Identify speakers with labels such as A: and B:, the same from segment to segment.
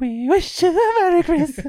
A: We wish you a Merry Christmas.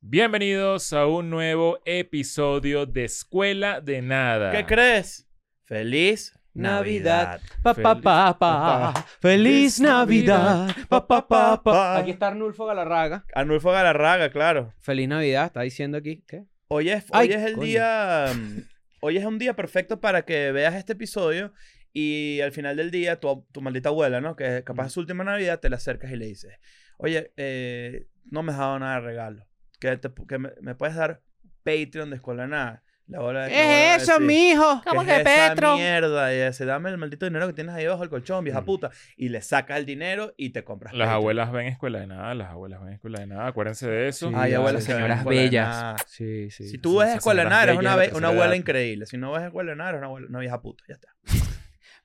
B: Bienvenidos a un nuevo episodio de Escuela de Nada.
C: ¿Qué crees? Feliz
A: Navidad.
C: Navidad.
A: Pa, pa, pa, pa. Feliz
B: Feliz Navidad.
A: Navidad. Pa, pa, pa, pa.
C: Pa.
A: Aquí está Arnulfo Galarraga.
C: Anulfo Galarraga, claro.
A: Feliz Navidad, está diciendo aquí. ¿Qué?
C: Hoy es,
A: Ay,
C: hoy es el
A: coño.
C: día. mm, Hoy es un día perfecto para que veas este episodio y al final del día tu, tu maldita abuela, ¿no? Que capaz es su última Navidad, te la acercas y le dices: Oye, eh, no me has dado nada de regalo. Que, te pu- que me, me puedes dar Patreon de escuela de nada. La abuela- la abuela
A: ¡Es eso,
C: decir,
A: mijo!
C: ¿Qué es esa mierda? Y dice, dame el maldito dinero que tienes ahí bajo el colchón, vieja
B: Mm.
C: puta. Y le sacas el dinero y te compras.
B: Las
C: Patreon.
B: abuelas ven Escuela de Nada, las abuelas ven Escuela de Nada, acuérdense de eso.
A: Sí,
C: Ay,
A: ya,
C: abuelas,
A: sí,
C: que ven
D: señoras
C: escuela de
D: bellas.
C: nada.
A: Sí, sí.
C: Si
B: sí,
C: tú ves
B: esas
C: escuela de nada, eres
B: señoras
C: una,
B: bellas de la
C: ve- una
B: tercera
C: abuela
B: edad.
C: increíble. Si no ves escuela de nada, eres una, abuela- una vieja puta. Ya está.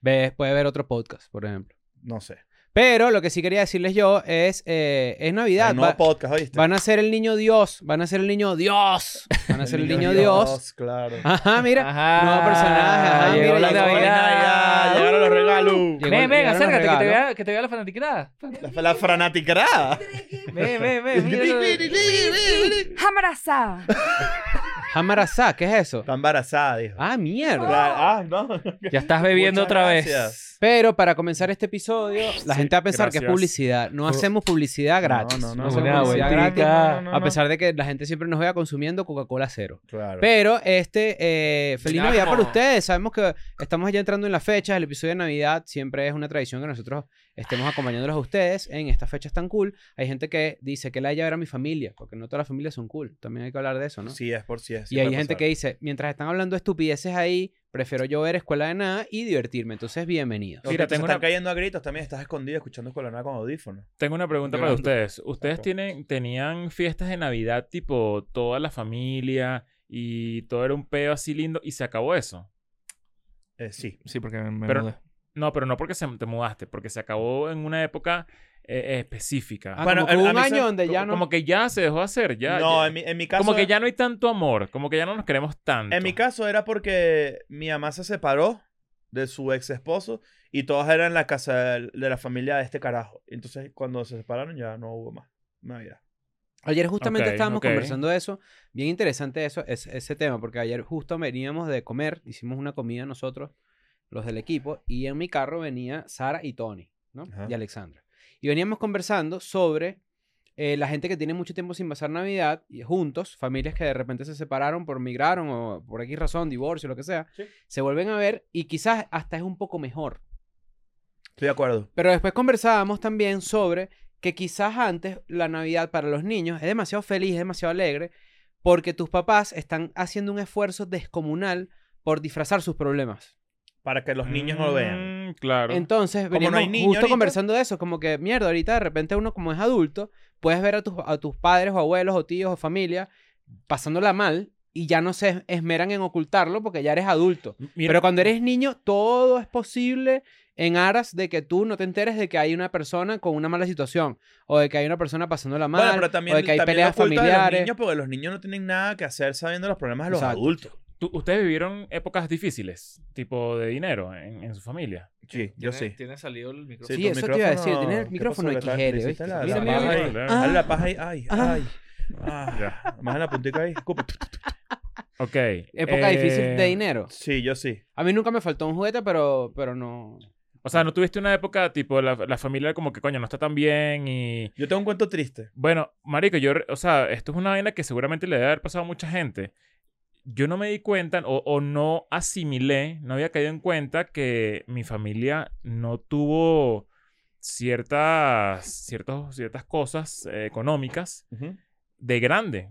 A: Ves, puede ver otro podcast, por ejemplo.
C: No sé.
A: Pero lo que sí quería decirles yo es, eh, es Navidad.
C: El nuevo
A: va-
C: podcast, ¿oíste?
A: van a ser el niño Dios. Van a ser el niño Dios. Van a ser el niño Dios.
C: Claro. Ah,
A: Ajá, mira.
D: Ajá.
A: nuevo personaje, ajá,
D: llegó
A: mira,
D: la
A: llegó la Uh.
D: Navidad.
C: Llegaron los regalos.
A: Llegó-
D: Ven, ven,
A: llegaron los
D: acércate, que te,
A: regalos.
D: vea, que te vea la fanatiquerada.
C: La, la franaticrada.
D: Ven, ven, ven. mira.
E: Amarasada.
A: Hamarazá, ¿qué es eso?
C: Está embarazada, dijo.
A: Ah, mierda.
C: Claro. Ah, no.
D: ya estás bebiendo
C: Muchas
D: otra
C: gracias.
D: vez.
A: Pero para comenzar este episodio, la gente va a pensar que es
B: gracias.
A: publicidad. No hacemos publicidad gratis.
C: No, no, no.
A: hacemos
D: Una
A: publicidad
D: vueltica.
A: gratis.
C: No, no, no,
A: A
C: no.
A: pesar de que la gente siempre nos vea consumiendo Coca-Cola cero.
C: Claro.
A: Pero este, eh, feliz
D: Mira
A: Navidad
D: cómo.
A: para ustedes. Sabemos que estamos ya entrando en las fechas. El episodio de Navidad siempre es una tradición que nosotros estemos acompañándolos a ustedes en estas fechas tan cool. Hay gente que dice que la haya ver a mi familia, porque no todas las familias son cool. También hay que hablar de eso, ¿no?
C: Sí, es por si es.
A: y hay gente que dice, mientras están hablando estupideces ahí, prefiero yo ver escuela de nada y divertirme. Entonces, bienvenidos.
C: Mira,
B: Mira,
C: te
B: tengo
C: están
B: una-
C: cayendo a gritos también. Estás escondido escuchando escuela de nada con audífonos.
B: Tengo una pregunta para
C: Llorando.
B: ustedes. ¿Ustedes
C: Ojo.
B: tienen, tenían fiestas de Navidad tipo toda la familia y todo era un pedo así lindo y se acabó eso?
C: Eh, sí.
D: Sí, porque me
B: Pero- mudé. No, pero no porque se, te mudaste, porque se acabó en una época eh, específica.
A: Ah,
C: Bueno,
A: como que hubo
C: a- a
A: un
C: mí se-
A: año donde ya no...
B: Como que ya se dejó hacer, ya.
C: no,
B: ya-
C: en mi, en mi caso.
B: como que ya no hay tanto amor, como que ya no nos queremos tanto.
C: En mi caso era porque mi mamá se separó de su ex esposo y todas eran en la casa del- de la familia de este carajo. Entonces, cuando se separaron ya no hubo más Navidad.
A: Ayer justamente
B: Ok,
A: estábamos
B: ok.
A: conversando de eso. Bien interesante eso, es- ese tema, porque ayer justo veníamos de comer, hicimos una comida nosotros, los del equipo, y en mi carro venía Sara y Tony, ¿no?
C: Ajá.
A: Y Alexandra. Y veníamos conversando sobre eh, la gente que tiene mucho tiempo sin pasar Navidad, y juntos, familias que de repente se separaron por migraron o por X razón, divorcio, lo que sea,
C: Sí.
A: se vuelven a ver y quizás hasta es un poco mejor.
C: Estoy de acuerdo.
A: Pero después conversábamos también sobre que quizás antes la Navidad para los niños es demasiado feliz, es demasiado alegre, porque tus papás están haciendo un esfuerzo descomunal por disfrazar sus problemas.
C: Para que los niños no lo vean.
B: Mm, Claro.
A: Entonces,
C: Como no hay
A: veníamos
C: niño
A: justo
C: ahorita.
A: conversando de eso, como que mierda, ahorita de repente uno como es adulto, puedes ver a tus, a tus padres o abuelos o tíos o familia pasándola mal y ya no se esmeran en ocultarlo porque ya eres adulto.
B: Mira-
A: Pero cuando eres niño, todo es posible en aras de que tú no te enteres de que hay una persona con una mala situación o de que hay una persona pasándola mal
C: bueno, pero también,
A: o de que hay
C: también
A: peleas
C: la culpa de
A: familiares.
C: los niños porque los niños no tienen nada que hacer sabiendo los problemas de los
A: Exacto.
C: adultos.
B: ¿Tú- ¿Ustedes vivieron épocas difíciles, tipo de dinero, en, en su familia?
C: Sí, yo sí.
D: Tiene salido el micrófono.
A: Sí, eso te iba a decir, tiene el micrófono XL, ¿viste?
C: Mira,
A: Mira,
B: mira,
C: mira,
B: mira.
C: Dale la paja ahí. Ay,
A: Ah.
C: ay. Ah. Más en la puntica ahí. Escupe.
B: Ok.
A: Época
B: eh,
A: difícil de dinero.
C: Sí, yo sí.
A: A mí nunca me faltó un juguete, pero, pero no.
B: O sea, ¿no tuviste una época tipo la, la familia como que coño no está tan bien y...
C: Yo tengo un cuento triste.
B: Bueno, marico, yo... re- O sea, esto es una vaina que seguramente le debe haber pasado a mucha gente. Yo no me di cuenta o, o no asimilé, no había caído en cuenta que mi familia no tuvo ciertas, ciertos, ciertas cosas eh, económicas de grande.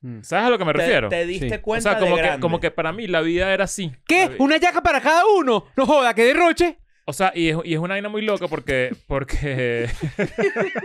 A: Mm.
B: ¿Sabes a lo que me
C: Te-
B: refiero?
C: Te, diste
A: Sí.
B: o
C: cuenta
B: sea, como
C: de
B: que,
C: grande.
B: como que para mí la vida era así. La
A: ¿Qué?
B: vi-
A: ¿Una yaca para cada uno? No joda, que derroche.
B: O sea, y es, y es una vaina muy loca porque, porque,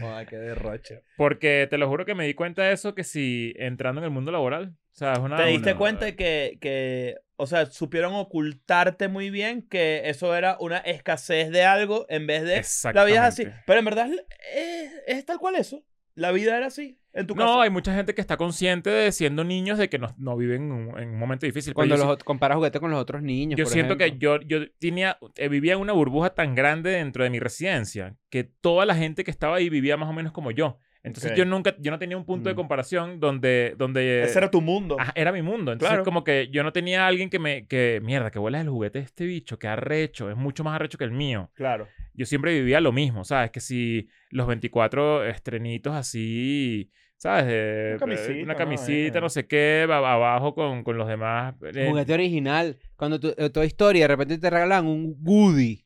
C: Joder, qué derroche.
B: porque te lo juro que me di cuenta de eso que si entrando en el mundo laboral. O sea, es Ah, una.
C: Te diste
B: una-
C: cuenta de que, que, o sea, supieron ocultarte muy bien que eso era una escasez de algo en vez de la vida es así.
B: Exactamente.
C: Pero en verdad es, es tal cual eso. La vida era así en tu casa.
B: No, hay mucha gente que está consciente de siendo niños de que no, no viven en un, en un momento difícil. pero
A: Cuando
B: yo
A: los
B: sí-
A: ot- comparas juguetes con los otros niños.
B: Yo
A: por
B: siento que
A: ejemplo.
B: yo, yo tenía, eh, vivía en una burbuja tan grande dentro de mi residencia que toda la gente que estaba ahí vivía más o menos como yo. Entonces
C: Ok.
B: yo nunca, yo no tenía un punto de
A: Mm.
B: comparación donde, donde
C: Ese era tu mundo.
B: Ajá, era mi mundo. Entonces
C: Claro.
B: como que yo no tenía alguien que me, que mierda, que huele el juguete de este bicho, que arrecho, es mucho más arrecho que el mío.
C: Claro.
B: Yo siempre vivía lo mismo, ¿sabes? Que si los 24 estrenitos así, ¿sabes? De- eh,
C: Una camisita,
B: una
C: ¿no?
B: camisita,
C: Eh.
B: no sé qué, ab- abajo con, con los demás. eh,
A: Juguete original. Cuando tu, eh, Toy Story de repente te regalan un Woody.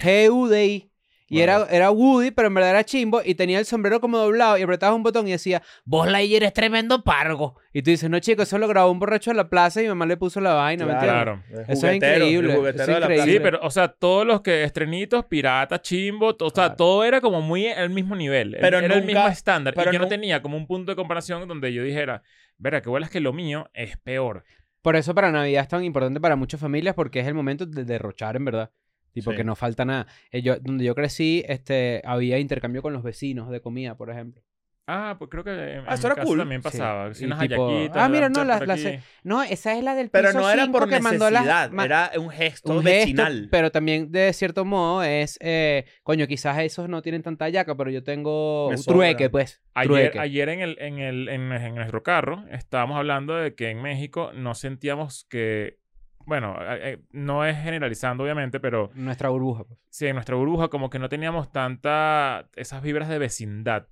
A: G-U-D-I. Y era, era Woody, pero en verdad era chimbo. Y tenía el sombrero como doblado. Y apretabas un botón y decía, vos Lightyear es tremendo pargo. Y tú dices, no chico, eso lo grabó un borracho en la plaza y mi mamá le puso la vaina, ¿me entiendes?
B: Claro.
C: El
A: Eso es
C: juguetero, el
A: increíble,
C: juguetero
A: eso es
C: de la plaza.
A: increíble.
B: Sí, pero, o sea, todos los que estrenitos, pirata, chimbo, to- o sea,
A: Claro.
B: todo era como muy al mismo nivel. el-
C: Pero
B: era el mismo
C: nunca-
B: estándar.
C: pero
B: y yo no
C: nun-
B: tenía como un punto de comparación donde yo dijera, verá, que vuelas que lo mío es peor.
A: Por eso para Navidad es tan importante para muchas familias porque es el momento de derrochar, en verdad. Tipo
C: Sí.
A: que no falta nada. Eh, yo- donde yo crecí, este, había intercambio con los vecinos de comida, por ejemplo.
B: Ah, pues creo que en,
C: Ah,
B: en
C: eso
B: mi
C: era
B: casa
C: cool.
B: también
A: Sí.
B: pasaba. Sí,
A: Y
B: unas
A: tipo,
B: hallaquitas,
A: ah, mira,
B: un
A: no,
B: chat
A: las-
B: por
A: las-
C: eh,
B: aquí.
A: No, esa es la del
C: Pero
A: piso
C: no era
A: cinco
C: por
A: que mandó
C: necesidad,
A: las- ma-
C: era un gesto
A: un gesto,
C: vecinal.
A: pero también de cierto modo es, eh, coño, quizás esos no tienen tanta yaca, pero yo tengo
C: Me
A: un
C: sobra.
A: trueque, pues.
B: Ayer,
A: trueque.
B: ayer en, el, en, el, en, en nuestro carro estábamos hablando de que en México no sentíamos que, bueno, eh, eh, no es generalizando obviamente, pero
A: Nuestra burbuja, pues.
B: sí, en nuestra burbuja como que no teníamos tanta esas vibras de vecindad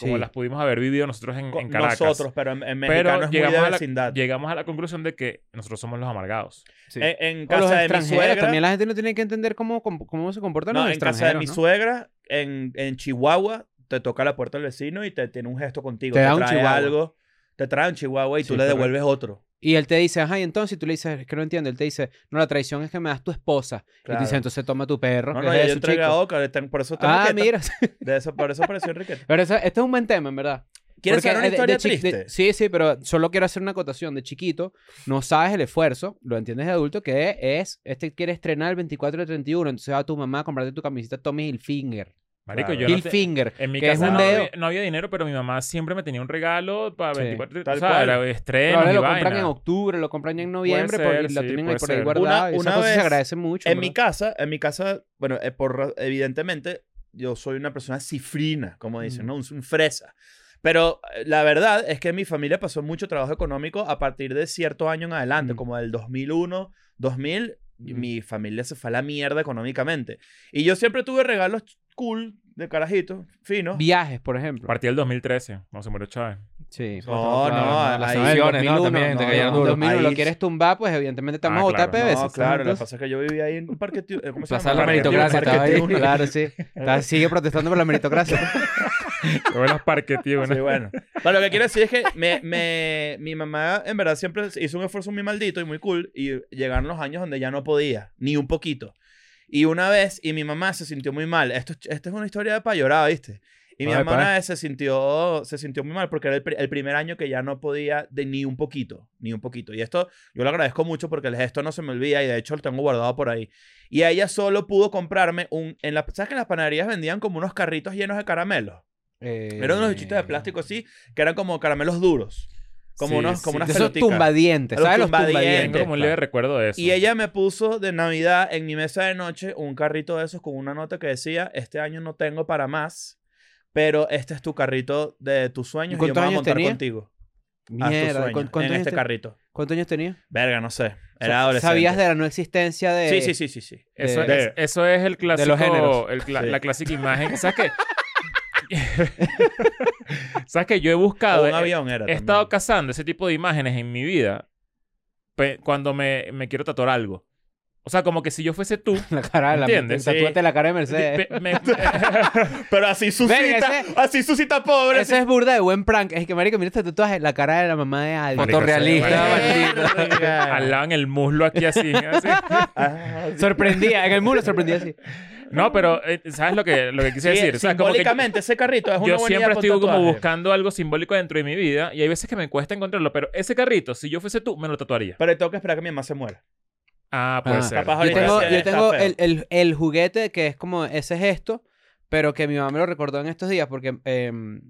B: como
A: Sí.
B: las pudimos haber vivido nosotros en,
C: Co-
B: en Caracas.
C: Nosotros, pero en, en mexicano
B: pero
C: es muy
B: llegamos
C: de
B: a,
C: vecindad.
B: la, llegamos a la conclusión de que nosotros somos los amargados.
A: Sí.
C: En, E-, en
A: O los
C: casa de mi
A: extranjeros,
C: suegra.
A: también la gente no tiene que entender cómo, cómo, cómo se comportan
C: No,
A: los
C: en casa de
A: extranjeros,
C: mi
A: ¿no?
C: suegra, en, en Chihuahua, te toca la puerta del vecino y te tiene un gesto contigo.
A: Te
C: Te,
A: da un
C: trae
A: chihuahua.
C: algo, te trae un chihuahua y
A: Sí,
C: tú le
A: correcto.
C: devuelves otro.
A: Y él te dice, ajá, y entonces, y tú le dices, es que no entiendo. Él te dice, no, la traición es que me das tu esposa. Y
C: Claro.
A: te dice, entonces toma tu perro.
C: No,
A: que
C: no,
A: es de
C: ya yo
A: su
C: entregué a
A: chico".
C: Oca, le ten- por eso te
A: Ah,
C: Enriqueta.
A: mira.
C: De eso, por eso apareció Enriqueta.
A: Pero eso, este es un buen tema, en verdad.
C: ¿Quieres
A: Porque
C: saber una
A: de- de
C: historia
A: chi- de-
C: triste?
A: sí, sí, pero solo quiero hacer una acotación. De chiquito, no sabes el esfuerzo, lo entiendes de adulto, que es, este quiere estrenar el 24 de 31, entonces va tu mamá a comprarte tu camiseta Tommy Hilfinger.
B: Marico,
C: Claro.
B: yo no te-
A: Hilfinger,
B: en mi
A: que es
B: casa
A: un
B: no,
A: dedo.
B: había, no había dinero, pero mi mamá siempre me tenía un regalo para
A: Sí,
B: 24
C: tal
B: o sea,
C: cual.
B: era
A: Pero
B: estrenos
A: ahora
B: y
A: lo
B: vaina.
A: compran en octubre, lo compran en noviembre,
B: Puede
A: porque
B: ser,
A: lo
B: sí,
A: tienen ahí
B: puede
A: por ahí
B: ser.
A: guardado.
C: Una-
A: y esa
C: una
A: cosa se
C: vez
A: agradece mucho.
C: En mi
A: ¿verdad?
C: casa, en mi casa, bueno, eh, por, ra- evidentemente, yo soy una persona cifrina, como dicen,
A: Mm.
C: ¿no? Un, un fresa. Pero eh, la verdad es que mi familia pasó mucho trabajo económico a partir de cierto año en adelante,
A: Mm.
C: como del 2001, 2000,
A: Mm.
C: mi familia se fue a la mierda económicamente. Y yo siempre tuve regalos cool, de carajito, finos.
A: Viajes, por
B: A
A: ejemplo.
B: partir del 2013, cuando se murió Chávez.
A: Sí.
C: No,
D: Claro,
C: no,
D: las
C: ahí-
D: sanciones, ¿no?
A: 2001,
D: También te
C: no,
D: cayeron
C: no,
D: duro.
A: 2001 lo
C: Ahí-
A: quieres tumbar, pues evidentemente estamos
B: Ah,
A: a votar
B: claro,
A: PBS.
C: No,
A: ¿sabes?
C: claro, lo que
A: Entonces-
C: pasa es que yo vivía ahí en un parque... Tío, eh, ¿Cómo se
D: Plaza de
C: llama?
D: la
C: Parque Tío-
D: meritocracia,
C: Parque
D: estaba ahí.
C: Tío Uno.
A: Claro, sí. Está- sigue protestando por la meritocracia.
B: Luego los parques, tío. ¿no?
C: Sí, bueno. Pero lo que quiero decir es que me, me- mi mamá en verdad siempre hizo un esfuerzo muy maldito y muy cool y llegaron los años donde ya no podía, ni un poquito. Y una vez, y mi mamá se sintió muy mal. Esto, es- esta es una historia de pa' llorar, ¿viste? Y mi
A: Ay,
C: mamá
A: pa.
C: una vez se sintió, se sintió muy mal porque era el, pri- el primer año que ya no podía de ni un poquito, ni un poquito. Y esto yo lo agradezco mucho porque el gesto no se me olvida y de hecho lo tengo guardado por ahí. Y ella solo pudo comprarme un... En la, ¿Sabes que en las panaderías vendían como unos carritos llenos de caramelos?
A: Eh,
C: Eran unos bichitos de plástico así, que eran como caramelos duros. Como
B: Sí,
C: unos, como
B: sí.
C: unas
A: De esos
C: peloticas.
A: tumbadientes,
C: Los
A: ¿sabes? Los
C: tumbadientes.
B: Tengo
A: tumbadientes.
B: como un leve recuerdo de eso.
C: Y ella me puso de Navidad en mi mesa de noche un carrito de esos con una nota que decía, este año no tengo para más, pero este es tu carrito de tus sueños y yo
A: ¿Cuántos
C: me voy a
A: años
C: montar
A: tenía?
C: contigo. Haz tus
A: Mierda,
C: sueños
A: ¿cu- ¿cuántos
C: en
A: años
C: este
A: te-
C: carrito.
A: ¿cuántos años tenía?
C: Verga, no sé. Era
A: Sa-
C: adolescente.
A: ¿Sabías de la no existencia de...?
C: Sí, sí, sí, sí, sí.
B: Eso,
A: de-
B: es, eso es el clásico...
A: los géneros.
B: el cla-
C: Sí.
B: La clásica imagen. ¿Sabes qué? ¿Sabes qué? Yo he buscado...
C: O un
B: eh,
C: avión era
B: He
C: también.
B: estado cazando ese tipo de imágenes en mi vida pe- cuando me, me quiero tatuar algo. O sea, como que si yo fuese tú...
A: La cara de la...
B: ¿Entiendes?
A: Tatúate la cara de
B: pe-
A: Mercedes.
B: me-
C: Pero así suscita,
A: Verga, ese-
C: así suscita pobre.
A: Eso es burda de buen prank. Es que, marico, mira este tatuaje. La cara de la mamá de alguien.
B: Fotorrealista,
C: maldito. Verga.
B: alaban el muslo aquí así, así.
C: Ah, sí.
A: Sorprendía. En el muro sorprendía así.
B: No, pero eh, ¿sabes lo que, lo que quise
C: Sí,
B: decir? O sea, como que-
C: simbólicamente, ese carrito es una
B: yo
C: buena
B: siempre
C: idea para un
B: estoy como
C: tatuaje.
B: buscando algo simbólico dentro de mi vida y hay veces que me cuesta encontrarlo, pero ese carrito, si yo fuese tú, me lo tatuaría.
C: Pero tengo que esperar a que mi mamá se muera.
B: Ah, puede
A: Ah.
B: ser.
C: Capaz
A: Yo
C: ahorita
A: tengo,
C: sí
A: yo
C: está
A: tengo
C: feo.
A: el, el- el juguete que es como ese gesto, pero que mi mamá me lo recordó en estos días porque em,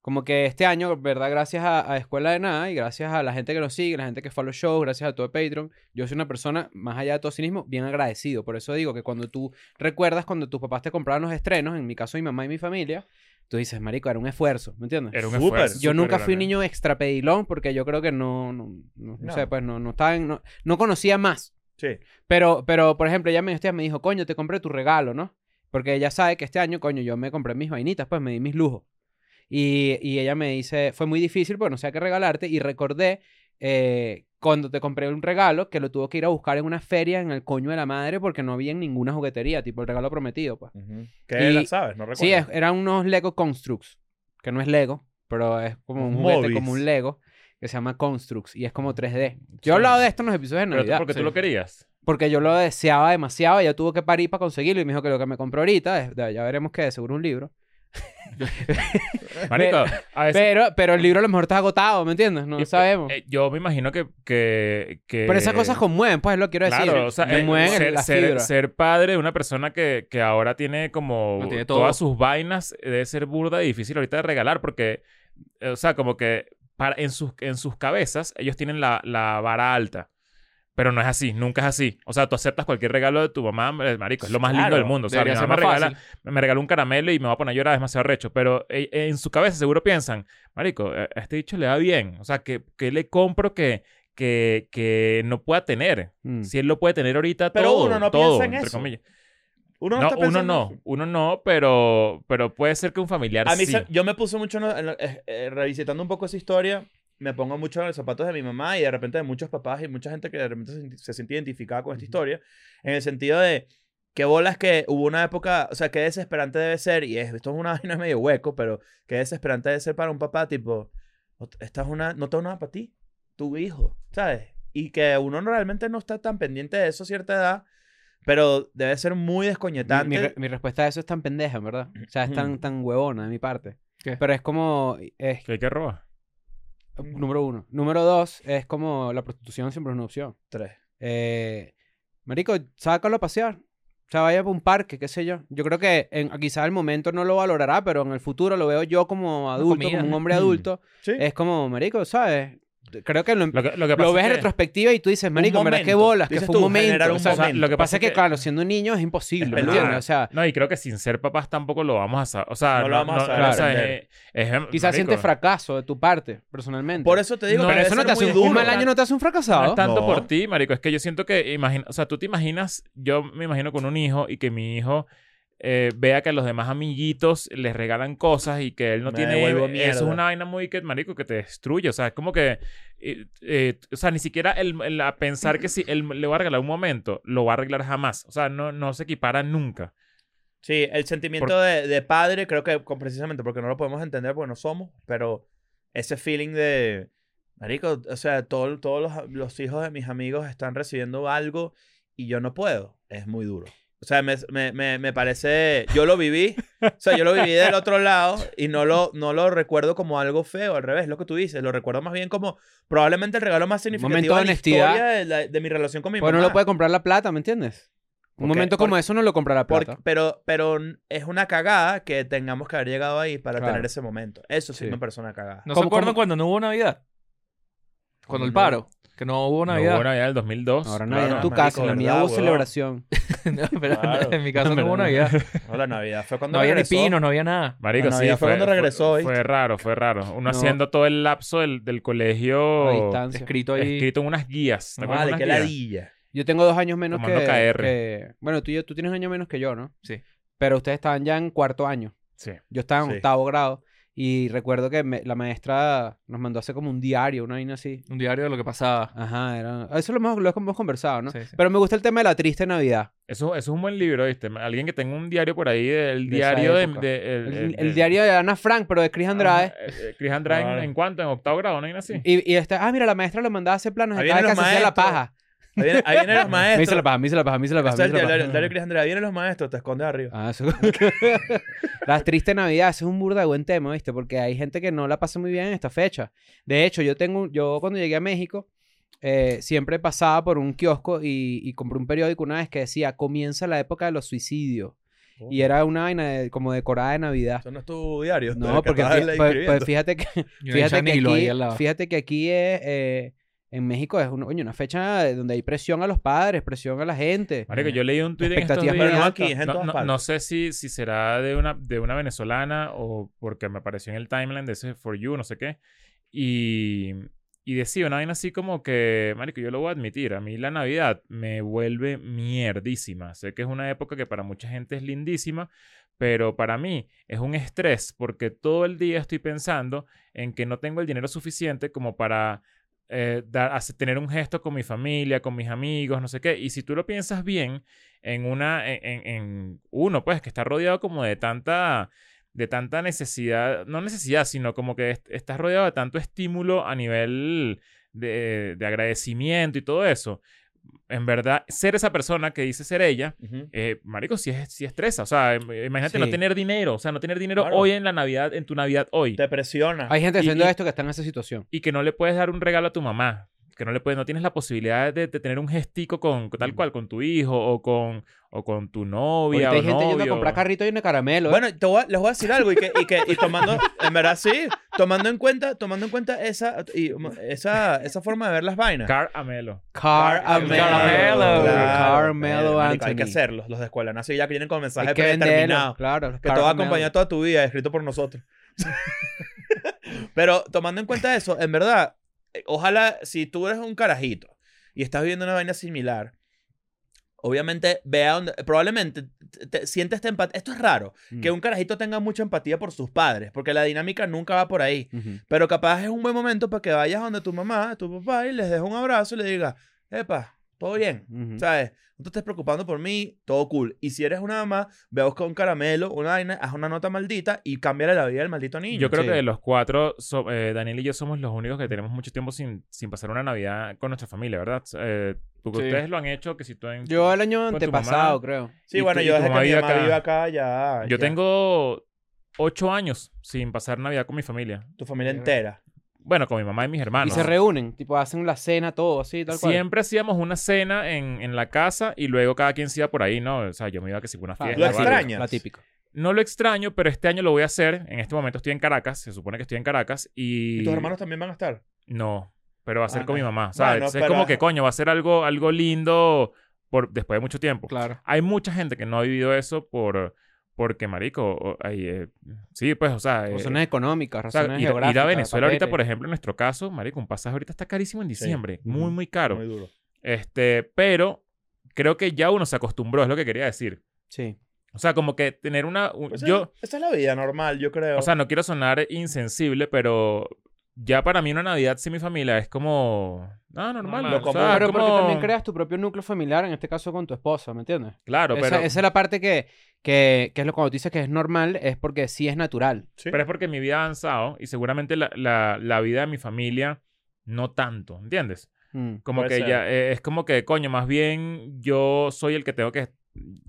A: Como que este año, ¿verdad? Gracias a, a Escuela de Nada y gracias a la gente que nos sigue, la gente que fue a los shows, gracias a todo el Patreon, yo soy una persona, más allá de todo cinismo, bien agradecido. Por eso digo que cuando tú recuerdas cuando tus papás te compraban los estrenos, en mi caso mi mamá y mi familia, tú dices, marico, era un esfuerzo, ¿me entiendes?
B: Era un
C: Súper.
B: esfuerzo.
A: Yo
B: súper
A: nunca fui un
B: grande.
A: niño extrapedilón porque yo creo que no, no, no, no
C: No.
A: sé, pues no, no estaba en- no, no conocía más.
C: Sí.
A: Pero, pero, por ejemplo, ella me, este día me dijo, coño, te compré tu regalo, ¿no? Porque ella sabe que este año, coño, yo me compré mis vainitas, pues me di mis lujos. Y, y ella me dice, fue muy difícil, pues no sé qué regalarte. Y recordé eh, cuando te compré un regalo que lo tuvo que ir a buscar en una feria en el coño de la madre porque no había en ninguna juguetería, tipo el regalo prometido, pues.
C: Ujú. Que
A: Y-
C: la sabes, no recuerdo.
A: Sí, es- eran unos Lego Constructs, que no es Lego, pero es como un juguete,
C: Movies.
A: como un Lego, que se llama Constructs y es como 3D. Yo he hablado de esto en los episodios de
B: Pero tú-
A: Navidad. pues
B: porque tú
A: sí.
B: lo querías.
A: Porque yo lo deseaba demasiado, ella tuvo que parir para conseguirlo y me dijo que lo que me compró ahorita, es- ya veremos que de seguro un libro.
B: Marico, a veces...
A: Pero, pero el libro a lo mejor está agotado, ¿me entiendes? No
B: y-
A: sabemos.
B: eh, yo me imagino que... que, que-
A: pero esas cosas conmueven, pues es lo que quiero decir.
B: Claro, o sea,
A: Me
B: eh,
A: mueven
B: ser,
A: las
B: ser-
A: fibras.
B: ser padre de una persona que, que ahora tiene como
D: Lo tiene todo.
B: todas sus vainas eh, debe ser burda y difícil ahorita de regalar porque, eh, o sea, como que para, en, sus, en sus cabezas ellos tienen la, la vara alta. Pero no es así, nunca es así. O sea, tú aceptas cualquier regalo de tu mamá, eh, marico, es lo más lindo
C: Claro,
B: del mundo. O sea, mi
D: Debería ser
B: mamá
D: más
B: regala,
D: fácil.
B: me regaló un caramelo y me va a poner a llorar, es demasiado recho. Pero eh, eh, en su cabeza seguro piensan, marico, eh, a este dicho le va bien. O sea, ¿qué, qué le compro que, que, que no pueda tener?
A: Mm.
B: Si él lo puede tener ahorita
C: Pero
B: todo.
C: uno no
B: todo,
C: piensa en
B: entre
C: eso.
B: comillas.
C: Uno
B: No,
C: está
B: uno
C: pensando en
B: no.
C: eso.
B: Uno no, pero, pero puede ser que un familiar
C: A mí
B: sí.
C: se- yo me puse mucho, en lo- en lo- eh, eh, revisitando un poco esa historia, me pongo mucho en los zapatos de mi mamá y de repente de muchos papás y mucha gente que de repente se, sinti- se siente identificada con esta historia, en el sentido de qué bolas que hubo una época, o sea, qué desesperante debe ser, y es- esto es una vaina medio hueco, pero qué desesperante debe ser para un papá, tipo, "No t- esta es una, no tengo nada para ti, tu hijo, ¿sabes? Y que uno no- realmente no está tan pendiente de eso a cierta edad, pero debe ser muy
A: Mi- Mi,
C: descoñetante.
A: re- mi respuesta a eso es tan pendeja, en verdad. O
B: Mm.
A: sea, es tan, tan huevona de mi parte.
D: ¿Qué?
A: Pero es como... es
B: Que hay que robar.
A: Número uno. Número dos es como la prostitución siempre es una opción.
C: Tres.
A: Eh, marico, sácalo a pasear. O sea, vaya a un parque, qué sé yo. Yo creo que en, quizás el momento no lo valorará, pero en el futuro lo veo yo como adulto,
D: comida.
A: como un hombre adulto.
C: Mm. Sí.
A: Es como, marico, ¿sabes? Creo que lo, em,
B: Lo que, lo que pasa
A: lo ves
B: es
A: en
B: que-
A: retrospectiva y tú dices, marico, en verdad, qué
C: momento.
A: bolas, que
C: Dices
A: fue un
C: tú, generar
A: momento.
C: un
A: O sea,
B: o sea, lo que
C: momento.
A: Lo que pasa es que, claro, siendo un niño es
C: Es
A: imposible, ¿me
C: peludo.
A: entiendes? O sea,
B: No, y creo que sin ser papás tampoco lo vamos a saber. O sea,
C: No lo vamos a saber
B: o sea,
C: aprender.
B: es- es-
A: quizás
B: marico,
A: sientes fracaso de tu parte, personalmente.
C: Por eso te digo
B: No,
C: que
A: pero
B: debe
A: eso no
C: ser
A: te hace
C: muy
A: un, un
C: duro.
A: mal año, no te hace un
B: No
A: fracasado.
B: es tanto
C: No.
B: por ti, marico. Es que yo siento que, imagina, o sea, tú te imaginas, yo me imagino con un hijo y que mi hijo eh, vea que a los demás amiguitos les regalan cosas y que él no
C: Me
B: tiene...
C: devuelvo
B: Eso
C: mierda.
B: es una vaina muy que, marico, que te destruye. O sea, es como que... eh, eh, o sea, ni siquiera el, el- a pensar que si él le va a regalar un momento, lo va a arreglar jamás. O sea, no, no se equipara nunca.
C: Sí, el sentimiento
B: Por-
C: de, de padre, creo que con- precisamente porque no lo podemos entender porque no somos, pero ese feeling de, marico, o sea, todo- todos los, los hijos de mis amigos están recibiendo algo y yo no puedo, es muy duro. O sea, me, me- me- me parece, yo lo viví, o sea, yo lo viví del otro lado y no lo, no lo recuerdo como algo feo, al revés, lo que tú dices, lo recuerdo más bien como probablemente el regalo más significativo
A: momento de
C: la
A: honestidad.
C: historia de, la- de mi relación con mi
A: Pues no
C: mamá.
A: lo puede comprar la plata, ¿me entiendes? Un
C: Porque-
A: momento como
C: porque-
A: eso no lo compra la
C: Por-
A: plata.
C: pero, pero n- es una cagada que tengamos que haber llegado ahí para
A: Claro.
C: tener ese momento. Eso sí,
A: Sí.
C: me parece una cagada.
D: ¿No se
A: ¿Cómo-
D: acuerdan
A: cómo?
D: cuando no hubo Navidad? Cuando el
C: No.
D: paro. Que no hubo
B: No
D: Navidad.
B: hubo Navidad del 2002.
A: Ahora no,
B: claro.
A: en tu
C: marico,
A: casa, en la mía
C: ¿verdad,
A: hubo
C: huevón?
A: celebración.
D: No, pero
C: Claro.
D: en mi caso no
A: Pero
D: hubo
A: no.
D: Navidad.
C: No, la Navidad fue cuando
D: No había ni
C: regresó.
D: pino, no había nada.
B: Marico,
C: La
B: sí,
C: Navidad fue cuando regresó,
B: Fue,
C: ¿viste?
B: fue raro, fue raro. Uno
A: No.
B: haciendo todo el lapso del, del colegio...
A: A distancia.
D: Escrito ahí.
B: escrito en unas guías. ¿Te
A: Ah,
B: acuerdas de
C: Vale, qué
B: unas guías?
C: ladilla.
A: Yo tengo dos años menos
B: Tomando
A: que,
B: KR.
A: que- Bueno, tú, y yo, tú tienes un año menos que yo, ¿no?
D: Sí.
A: Pero ustedes estaban ya en cuarto año.
B: Sí.
A: Yo estaba en
C: Sí.
A: octavo grado. Y recuerdo que me- la maestra nos mandó a hacer como un diario, una vaina así.
D: Un diario de lo que pasaba.
A: Ajá, era... Eso lo hemos, lo hemos conversado, ¿no?
D: Sí, sí.
A: Pero me gusta el tema de la triste Navidad.
B: Eso, eso es un buen libro, ¿viste? Alguien que tenga un diario por ahí, el
A: De esa
B: diario de...
A: época.
B: de-
A: El,
B: el, el-
A: el
B: de-
A: diario de Ana Frank, pero de Chris Andrade.
B: Ajá, eh, eh, Chris Andrade,
C: Claro.
B: ¿en, en cuánto? ¿En octavo grado? ¿no hay así?
A: Y, y está... Ah, mira, la maestra lo mandaba a hacer planos.
C: Ahí
A: Cada vez que
C: vienen
A: se
C: los
A: hacía la
C: maestros.
A: paja.
C: Ahí viene- ahí vienen los
A: Me hice la
C: maestros.
A: paja, me hice la paja, me hice la paja.
C: Esto
A: me
C: es
A: hice la
C: el
A: paja.
C: diario diario Cris Andrade. Vienen los maestros, te escondes arriba.
A: Ah, eso- la triste Navidad, ese es un burda de buen tema, ¿viste? Porque hay gente que no la pasa muy bien en esta fecha. De hecho, yo tengo, un- yo cuando llegué a México, eh, siempre pasaba por un kiosco y, y compré un periódico una vez que decía, comienza la época de los suicidios. Y era una vaina de- como decorada de Navidad.
C: Eso no es tu diario.
A: No, porque fí- pues- pues fíjate que, fíjate que, aquí, fíjate que aquí es, eh, en México es un- coño, una fecha donde hay presión a los padres, presión a la gente.
B: Marico, yo leí un tuit en estos
A: Expectativas
B: días.
A: muy
C: Pero no
A: altas.
C: aquí, es en
B: No,
C: todas
B: no-
C: partes.
B: no sé si, si será de una, de una venezolana o porque me apareció en el timeline de ese For You, no sé qué. Y, y decía una vaina así como que, marico, yo lo voy a admitir, a mí la Navidad me vuelve mierdísima. Sé que es una época que para mucha gente es lindísima, pero para mí es un estrés porque todo el día estoy pensando en que no tengo el dinero suficiente como para eh, dar, hacer- tener un gesto con mi familia, con mis amigos, no sé qué. Y si tú lo piensas bien, en una, en, en- en uno, pues, que está rodeado como de tanta, de tanta necesidad, no necesidad, sino como que est- estás rodeado de tanto estímulo a nivel de, de agradecimiento y todo eso. En verdad, ser esa persona que dice ser ella,
C: Ujú.
B: eh, marico, sí, es, sí estresa. O sea, im- imagínate no
A: Sí.
B: tener dinero. O sea, no tener dinero
C: Claro.
B: hoy en la Navidad, en tu Navidad hoy.
C: Te presiona.
A: Hay gente
B: Y-
A: haciendo
B: y-
A: esto que está en esa situación.
B: Y que no le puedes dar un regalo a tu mamá. Que no le puedes, no tienes la posibilidad de, de tener un gestico con, con
A: Mm.
B: tal cual, con tu hijo o con, o con tu novia.
A: Ahorita
B: o
A: hay gente yendo a
B: novio.
A: comprar carrito y un caramelo. ¿eh?
C: Bueno, te voy a- les voy a decir algo y que, y que- y tomando, en verdad sí, tomando en cuenta, tomando en cuenta esa, y- esa, esa forma de ver las vainas.
B: Caramelo.
A: Caramelo.
D: Caramelo.
A: Caramelo,
C: eh,
A: Anthony.
C: marico, Hay que hacerlos, los de escuela. Así ya que vienen con mensaje
A: Hay que venderlo.
C: predeterminado.
A: Claro, los
C: Que te va a
A: caramelo.
C: acompañar toda tu vida, escrito por nosotros. Pero tomando en cuenta eso, en verdad, eh, ojalá si tú eres un carajito y estás viviendo una vaina similar, obviamente vea donde, probablemente te, te- sientes esta empatía. Esto es raro, que
A: Mm.
C: un carajito tenga mucha empatía por sus padres, porque la dinámica nunca va por ahí.
A: Ujú.
C: Pero capaz es un buen momento para que vayas donde tu mamá, tu papá y les des un abrazo y le digas, epa, todo bien.
A: Ujú.
C: ¿Sabes? No te estés preocupando por mí, todo cool. Y si eres una mamá, ve a buscar un caramelo, una vaina, haz una nota maldita y cámbiale la vida del maldito niño.
B: Yo creo
A: sí.
B: que de los cuatro, so- eh, Daniel y yo somos los únicos que tenemos mucho tiempo sin, sin pasar una Navidad con nuestra familia, ¿verdad? Eh, porque
D: Sí.
B: ustedes lo han hecho, que si tú en-
A: Yo el año
B: con tu
A: antepasado,
B: mamá.
A: creo.
C: sí,
B: y
C: bueno,
B: tu- y
C: yo
B: tu
C: desde que
B: mamá
C: mi
B: vive
C: mamá
B: acá.
C: vive acá ya.
B: Yo
C: ya.
B: tengo ocho años sin pasar Navidad con mi familia.
C: Tu familia entera.
B: Bueno, con mi mamá y mis
A: Y
B: hermanos.
A: se reúnen, tipo, hacen la cena, todo así, tal cual.
B: Siempre hacíamos una cena en, en la casa y luego cada quien se iba por ahí, ¿no? O sea, yo me iba que si por una
A: Claro, la
B: fiesta.
C: ¿Lo
B: o algo.
A: típica,
C: extrañas?
A: La típica.
B: No lo extraño, pero este año lo voy a hacer. En este momento estoy en Caracas, se supone que estoy en Caracas y...
C: ¿Y, tus hermanos también van a estar?
B: No, pero va a ser
C: Ah,
B: con mi
C: no.
B: mamá, ¿sabes?
C: Bueno,
B: Entonces es
C: pero-
B: como que, coño, va a ser algo, algo lindo por, después de mucho tiempo.
D: Claro.
B: Hay mucha gente que no ha vivido eso por... Porque, marico, o- hay, eh, sí, pues, o sea... eh,
A: Razones económicas,
B: o sea,
A: razones
B: ir, ir a
A: geográficas,
B: Venezuela ahorita,
A: papeles.
B: por ejemplo, en nuestro caso, marico, un pasaje ahorita está carísimo en diciembre. Muy,
A: Ujú.
B: muy caro.
C: Muy duro.
B: Este, pero creo que ya uno se acostumbró, es lo que quería decir.
A: Sí.
B: O sea, como que tener una. un-
C: Pues
B: yo,
C: es- esa es la vida normal, yo creo.
B: o sea, no quiero sonar insensible, pero ya para mí una Navidad sin mi familia es como. No, normal.
D: Normal.
B: o sea,
A: pero
B: es
A: porque
B: como-
A: también creas tu propio núcleo familiar, en este caso con tu esposa, ¿me entiendes?
B: Claro,
A: esa,
B: pero.
A: esa es la parte que, que, que es lo cuando tú dices que es normal, es porque sí es natural.
C: Sí.
B: Pero es porque mi vida ha avanzado y seguramente la, la- la vida de mi familia no tanto, ¿entiendes?
A: Mm.
B: Como
C: Puede
B: que
C: ser.
B: ya. eh, es como que, coño, más bien yo soy el que tengo que.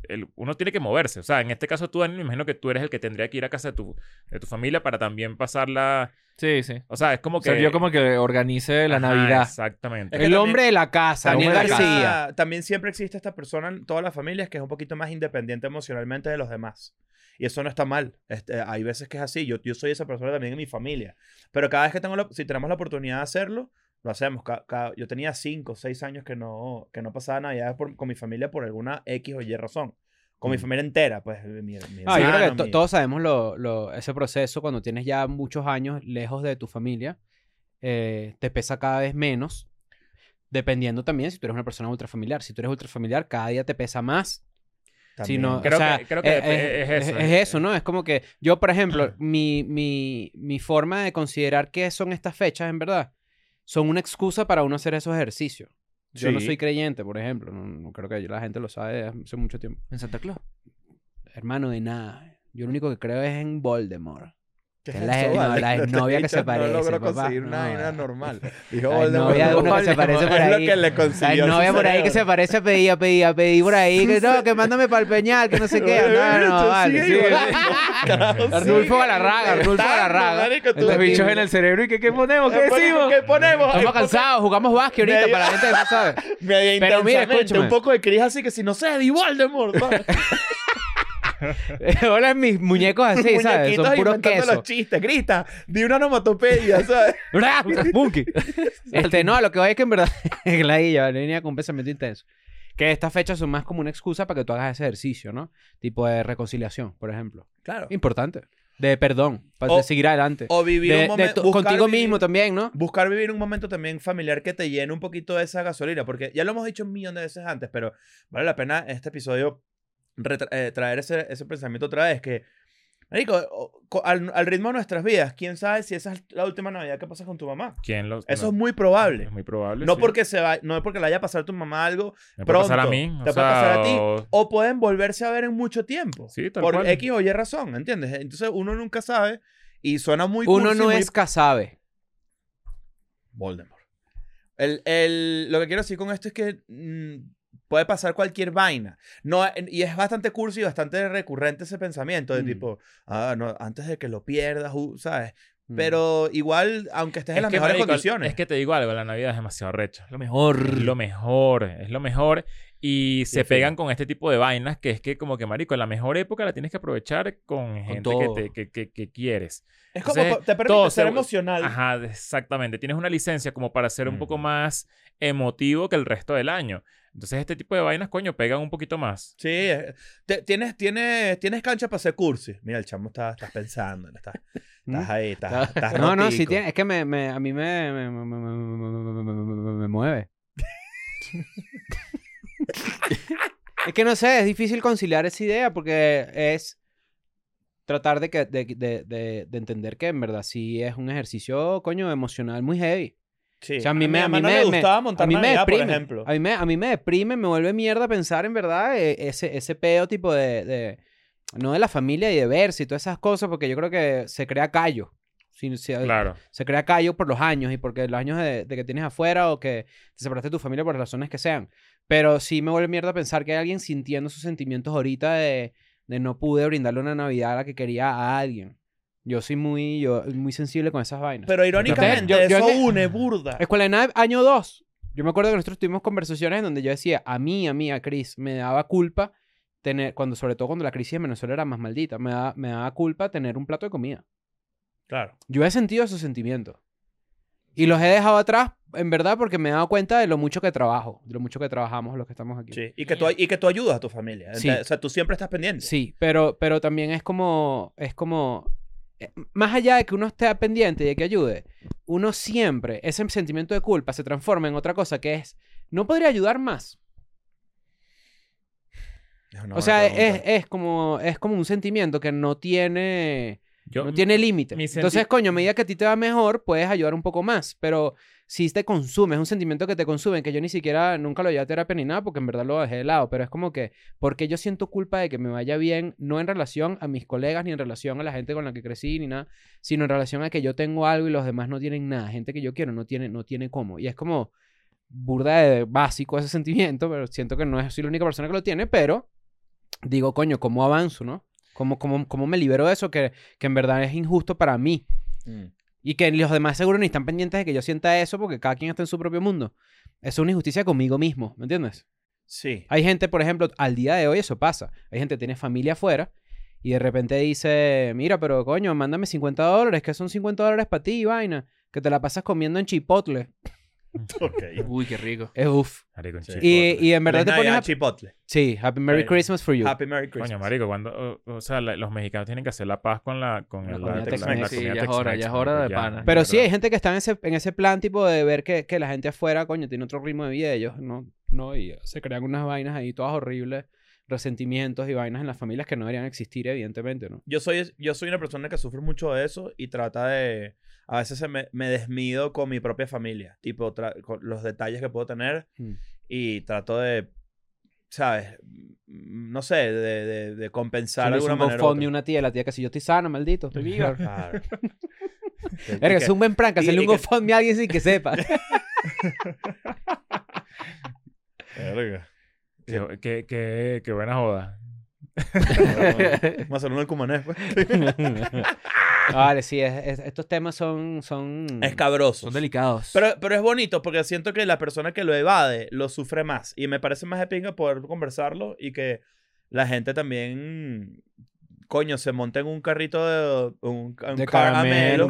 B: el- uno tiene que moverse. O sea, en este caso tú, Dani, me imagino que tú eres el que tendría que ir a casa de tu, de tu familia para también pasarla.
D: Sí, sí.
B: O sea, es como que.
D: Sirvió como que organice la
B: Ajá,
D: Navidad.
B: Exactamente.
C: Es que
A: el
C: también-
A: hombre de la casa,
D: El
A: Daniel
D: hombre de la
A: García.
C: Ah, También siempre existe esta persona en todas las familias que es un poquito más independiente emocionalmente de los demás. Y eso no está mal. Este, hay veces que es así. Yo, yo soy esa persona también en mi familia. Pero cada vez que tengo la, si tenemos la oportunidad de hacerlo, lo hacemos. Ca- ca- yo tenía 5 o 6 años que no, que no pasaba Navidad por- con mi familia por alguna X o Y razón. Con mi
A: Mm.
C: familia entera, pues. Mi, mi
A: Ah, yo creo
C: hermano,
A: que to-
C: mi-
A: todos sabemos lo, lo- ese proceso cuando tienes ya muchos años lejos de tu familia. eh, te pesa cada vez menos, dependiendo también si tú eres una persona ultrafamiliar. Si tú eres ultrafamiliar, cada día te pesa más. Si
C: también.
A: no,
B: Creo
A: o sea,
B: que- creo que
A: eh,
B: dep-
A: eh,
B: es eso.
A: ¿no? Es como que yo, por ejemplo, mi, mi, mi forma de considerar qué son estas fechas, en verdad, son una excusa para uno hacer esos ejercicios. Yo no
C: Sí.
A: soy creyente, por ejemplo. No, no creo que la gente lo sabe desde hace mucho tiempo.
D: En Santa Claus.
A: Hermano, de nada. Yo lo único que creo es en Voldemort.
C: ¿Qué
A: que la-
C: eso,
A: no,
C: vale?
A: la
C: Este
A: novia que se
C: bicho No
A: parece,
C: logró
A: papá.
C: conseguir una
A: No,
C: vaina
A: eh.
C: normal. Dijo
A: La novia de
C: Voldemort.
A: uno que se parece por
C: Es lo
A: ahí.
C: que le
A: La
C: consiguió. su
A: novia por ahí que
C: cerebro.
A: se parece, pedía, pedía, pedí por ahí, que no, que mándame para el peñal, que no sé qué. No, no, vale.
C: Sigue
A: sí.
C: igualito, carajo, sigue
A: Arnulfo Galarraga, Arnulfo
C: estando,
A: Galarraga.
C: marico, tú-
A: Este
D: Los
A: bicho
D: bichos en el cerebro. ¿Y qué, qué ponemos? ¿Qué
C: ¿Qué ponemos?
D: decimos?
C: ¿Qué ponemos?
A: Estamos cansados, jugamos básquet ahorita
C: Medio-
A: para la gente que no sabe.
C: Medio
A: Pero mira,
C: intensamente,
A: escúchame.
C: Un poco de Cris así que si no sé, di Voldemort. ¿no?
A: Hola, mis muñecos así, ¿sabes? Son
C: Muñequitos
A: puros
C: inventando
A: quesos.
C: los chistes. Grita, di una onomatopedia, ¿sabes?
A: Monkey. este, no, lo que voy es que en verdad, Gladilla, venía con un pensamiento intenso. Que estas fechas son más como una excusa para que tú hagas ese ejercicio, ¿no? Tipo de reconciliación, por ejemplo.
C: Claro.
A: Importante. De perdón, para
C: O-
A: de seguir adelante.
C: O vivir
A: De-
C: un
A: de
C: momento.
A: to- contigo mismo también, ¿no?
C: Buscar vivir un momento también familiar que te llene un poquito de esa gasolina, porque ya lo hemos dicho un millón de veces antes, pero vale la pena este episodio retra- eh, traer ese, ese pensamiento otra vez, que, marico, o- co- al, al ritmo de nuestras vidas, quién sabe si esa es la última Navidad que pasas con tu mamá.
B: ¿Quién lo-
C: Eso
B: no,
C: es muy probable.
B: Es muy probable.
C: No
B: sí.
C: porque se va, no porque le haya pasado a tu mamá algo,
B: Me puede pasar a
C: pronto,
B: mí. o
C: te puede
B: sea,
C: pasar a ti.
B: o-
C: o pueden volverse a ver en mucho tiempo.
B: Sí, tal
C: por
B: cual.
C: X o Y razón, ¿entiendes? Entonces uno nunca sabe y suena muy
A: Uno
C: cursi,
A: no
C: muy
A: es casabe.
C: Voldemort. El, el- lo que quiero decir con esto es que mm, puede pasar cualquier vaina. No, en- y es bastante curso y bastante recurrente ese pensamiento de
A: Mm.
C: tipo, ah, no, antes de que lo pierdas, uh, ¿sabes?
A: Mm.
C: Pero igual, aunque estés en las
B: que,
C: mejores
B: marico,
C: condiciones.
B: Es que te digo algo, la Navidad es demasiado recha.
D: Lo mejor.
B: Lo mejor, es lo mejor. Y se
C: fino.
B: pegan con este tipo de vainas que es que como que, marico, en la mejor época la tienes que aprovechar con gente que,
D: todo.
B: te- que, que- que quieres.
C: Es como
B: entonces,
C: pa- te
B: todo
C: permite ser
B: se-
C: emocional.
B: Ajá, exactamente. Tienes una licencia como para ser un poco
D: Mm.
B: más emotivo que el resto del año. Entonces este tipo de vainas, coño, pegan un poquito más.
C: Sí, es- te- tienes, tienes, tienes cancha para hacer cursi. Mira, el chamo está, estás pensando, estás, estás ahí, estás, estás
A: Mm. No, no, sí
C: rotico.
A: tiene. Es que me, me- a mí me, me, me- me- me- me- me- me- me mueve. es que no sé, es difícil conciliar esa idea porque es tratar de, que, de, de- de- de entender que en verdad sí es un ejercicio, coño, emocional muy heavy.
C: Sí.
A: O sea, a mí me, a
C: mamá
A: mí
C: no
A: me,
C: le
A: me-
C: gustaba montar
A: a mí me
C: Navidad, por
A: deprime.
C: ejemplo.
A: A mí me, a mí me deprime, me vuelve mierda pensar en verdad eh, ese, ese peo tipo de, de- No de la familia y de verse y todas esas cosas porque yo creo que se crea callo. Si- si-
B: Claro.
A: se crea callo por los años y porque los años de, de que tienes afuera o que te separaste de tu familia por razones que sean. Pero sí me vuelve mierda pensar que hay alguien sintiendo sus sentimientos ahorita de, de no pude brindarle una Navidad a la que quería a alguien. Yo soy muy, yo, muy sensible con esas vainas.
C: Pero irónicamente,
A: Yo- yo-
C: eso
A: yo-
C: une burda.
A: Escuela de Nada, año 2. Yo me acuerdo que nosotros tuvimos conversaciones en donde yo decía, a mí, a mí, a Chris, me daba culpa tener, cuando, sobre todo cuando la crisis en Venezuela era más maldita, me daba, me daba culpa tener un plato de comida.
C: Claro.
A: Yo he sentido esos sentimientos. Y los he dejado atrás, en verdad, porque me he dado cuenta de lo mucho que trabajo, de lo mucho que trabajamos los que estamos aquí.
C: Sí. Y que, tú, y que tú ayudas a tu familia.
A: Sí.
C: O sea, tú siempre estás pendiente.
A: Sí, pero, pero también es como, es como, eh, más allá de que uno esté pendiente y de que ayude, uno siempre, ese sentimiento de culpa se transforma en otra cosa que es, no podría ayudar más.
C: Es una
A: o
C: buena
A: sea, es,
C: pregunta.
A: es como, es como un sentimiento que no tiene...
B: Yo,
A: no tiene límite.
B: mi senti-
A: Entonces, coño, a medida que a ti te va mejor, puedes ayudar un poco más, pero si te consume, es un sentimiento que te consume, que yo ni siquiera nunca lo llevé a terapia ni nada, porque en verdad lo dejé de lado, pero es como que, porque yo siento culpa de que me vaya bien, no en relación a mis colegas, ni en relación a la gente con la que crecí, ni nada, sino en relación a que yo tengo algo y los demás no tienen nada, gente que yo quiero no tiene, no tiene cómo. Y es como burda de básico ese sentimiento, pero siento que no es- soy la única persona que lo tiene, pero digo, coño, ¿cómo avanzo, no? ¿Cómo, cómo, cómo me libero de eso que, que en verdad es injusto para mí?
C: Mm.
A: Y que los demás seguro ni están pendientes de que yo sienta eso porque cada quien está en su propio mundo. Es una injusticia conmigo mismo, ¿me entiendes?
C: Sí.
A: Hay gente, por ejemplo, al día de hoy eso pasa. Hay gente que tiene familia afuera y de repente dice, mira, pero coño, mándame 50 dólares, que son 50 dólares para ti, vaina, que te la pasas comiendo en chipotle.
C: Ok.
D: Uy, qué rico.
A: Es uff.
B: Marico, en
C: Sí.
B: Chipotle.
A: Y, y en verdad
C: Feliz
A: te pones
C: Navidad,
A: a...
C: Chipotle.
A: Sí, Happy Merry
C: Bueno.
A: Christmas for you.
C: Happy Merry Christmas.
B: Coño, marico, cuando, o, o sea, la- los mexicanos tienen que hacer la paz con la, con
A: La
B: el-
A: comida Tex-Mex.
D: Sí, ya es hora, ya es hora
B: marico,
D: de pana.
A: Pero sí,
B: verdad.
A: hay gente que está en ese, en ese plan tipo de ver que, que la gente afuera, coño, tiene otro ritmo de vida de ellos, ¿no? No, y se crean unas vainas ahí todas horribles, resentimientos y vainas en las familias que no deberían existir, evidentemente, ¿no?
C: Yo soy, yo soy una persona que sufre mucho de eso y trata de... A veces se me, me desmido con mi propia familia. Tipo, tra- con los detalles que puedo tener
A: Mm.
C: y trato de... ¿Sabes? Mm, No sé, de, de- de compensar de
A: Solo es
C: alguna
A: un
C: manera. u
A: GoFundMe
C: otra.
A: una tía, la tía que si yo estoy sano, maldito, estoy viva.
C: Claro.
A: Verga, es un buen prank,
C: y-
A: hacerle
C: y
A: un
C: que-
A: GoFundMe a alguien sin que sepa.
C: Verga.
B: Qué, qué- qué- qué buena joda.
C: Vamos a hacer uno del cumanés, pues.
A: Ah, vale, sí, es- es- estos temas son... son...
C: Escabrosos.
D: Son delicados.
C: Pero, pero es bonito porque siento que la persona que lo evade lo sufre más. Y me parece más de pinga poder conversarlo y que la gente también, coño, se monta en un carrito de un, un
A: De
C: caramelo.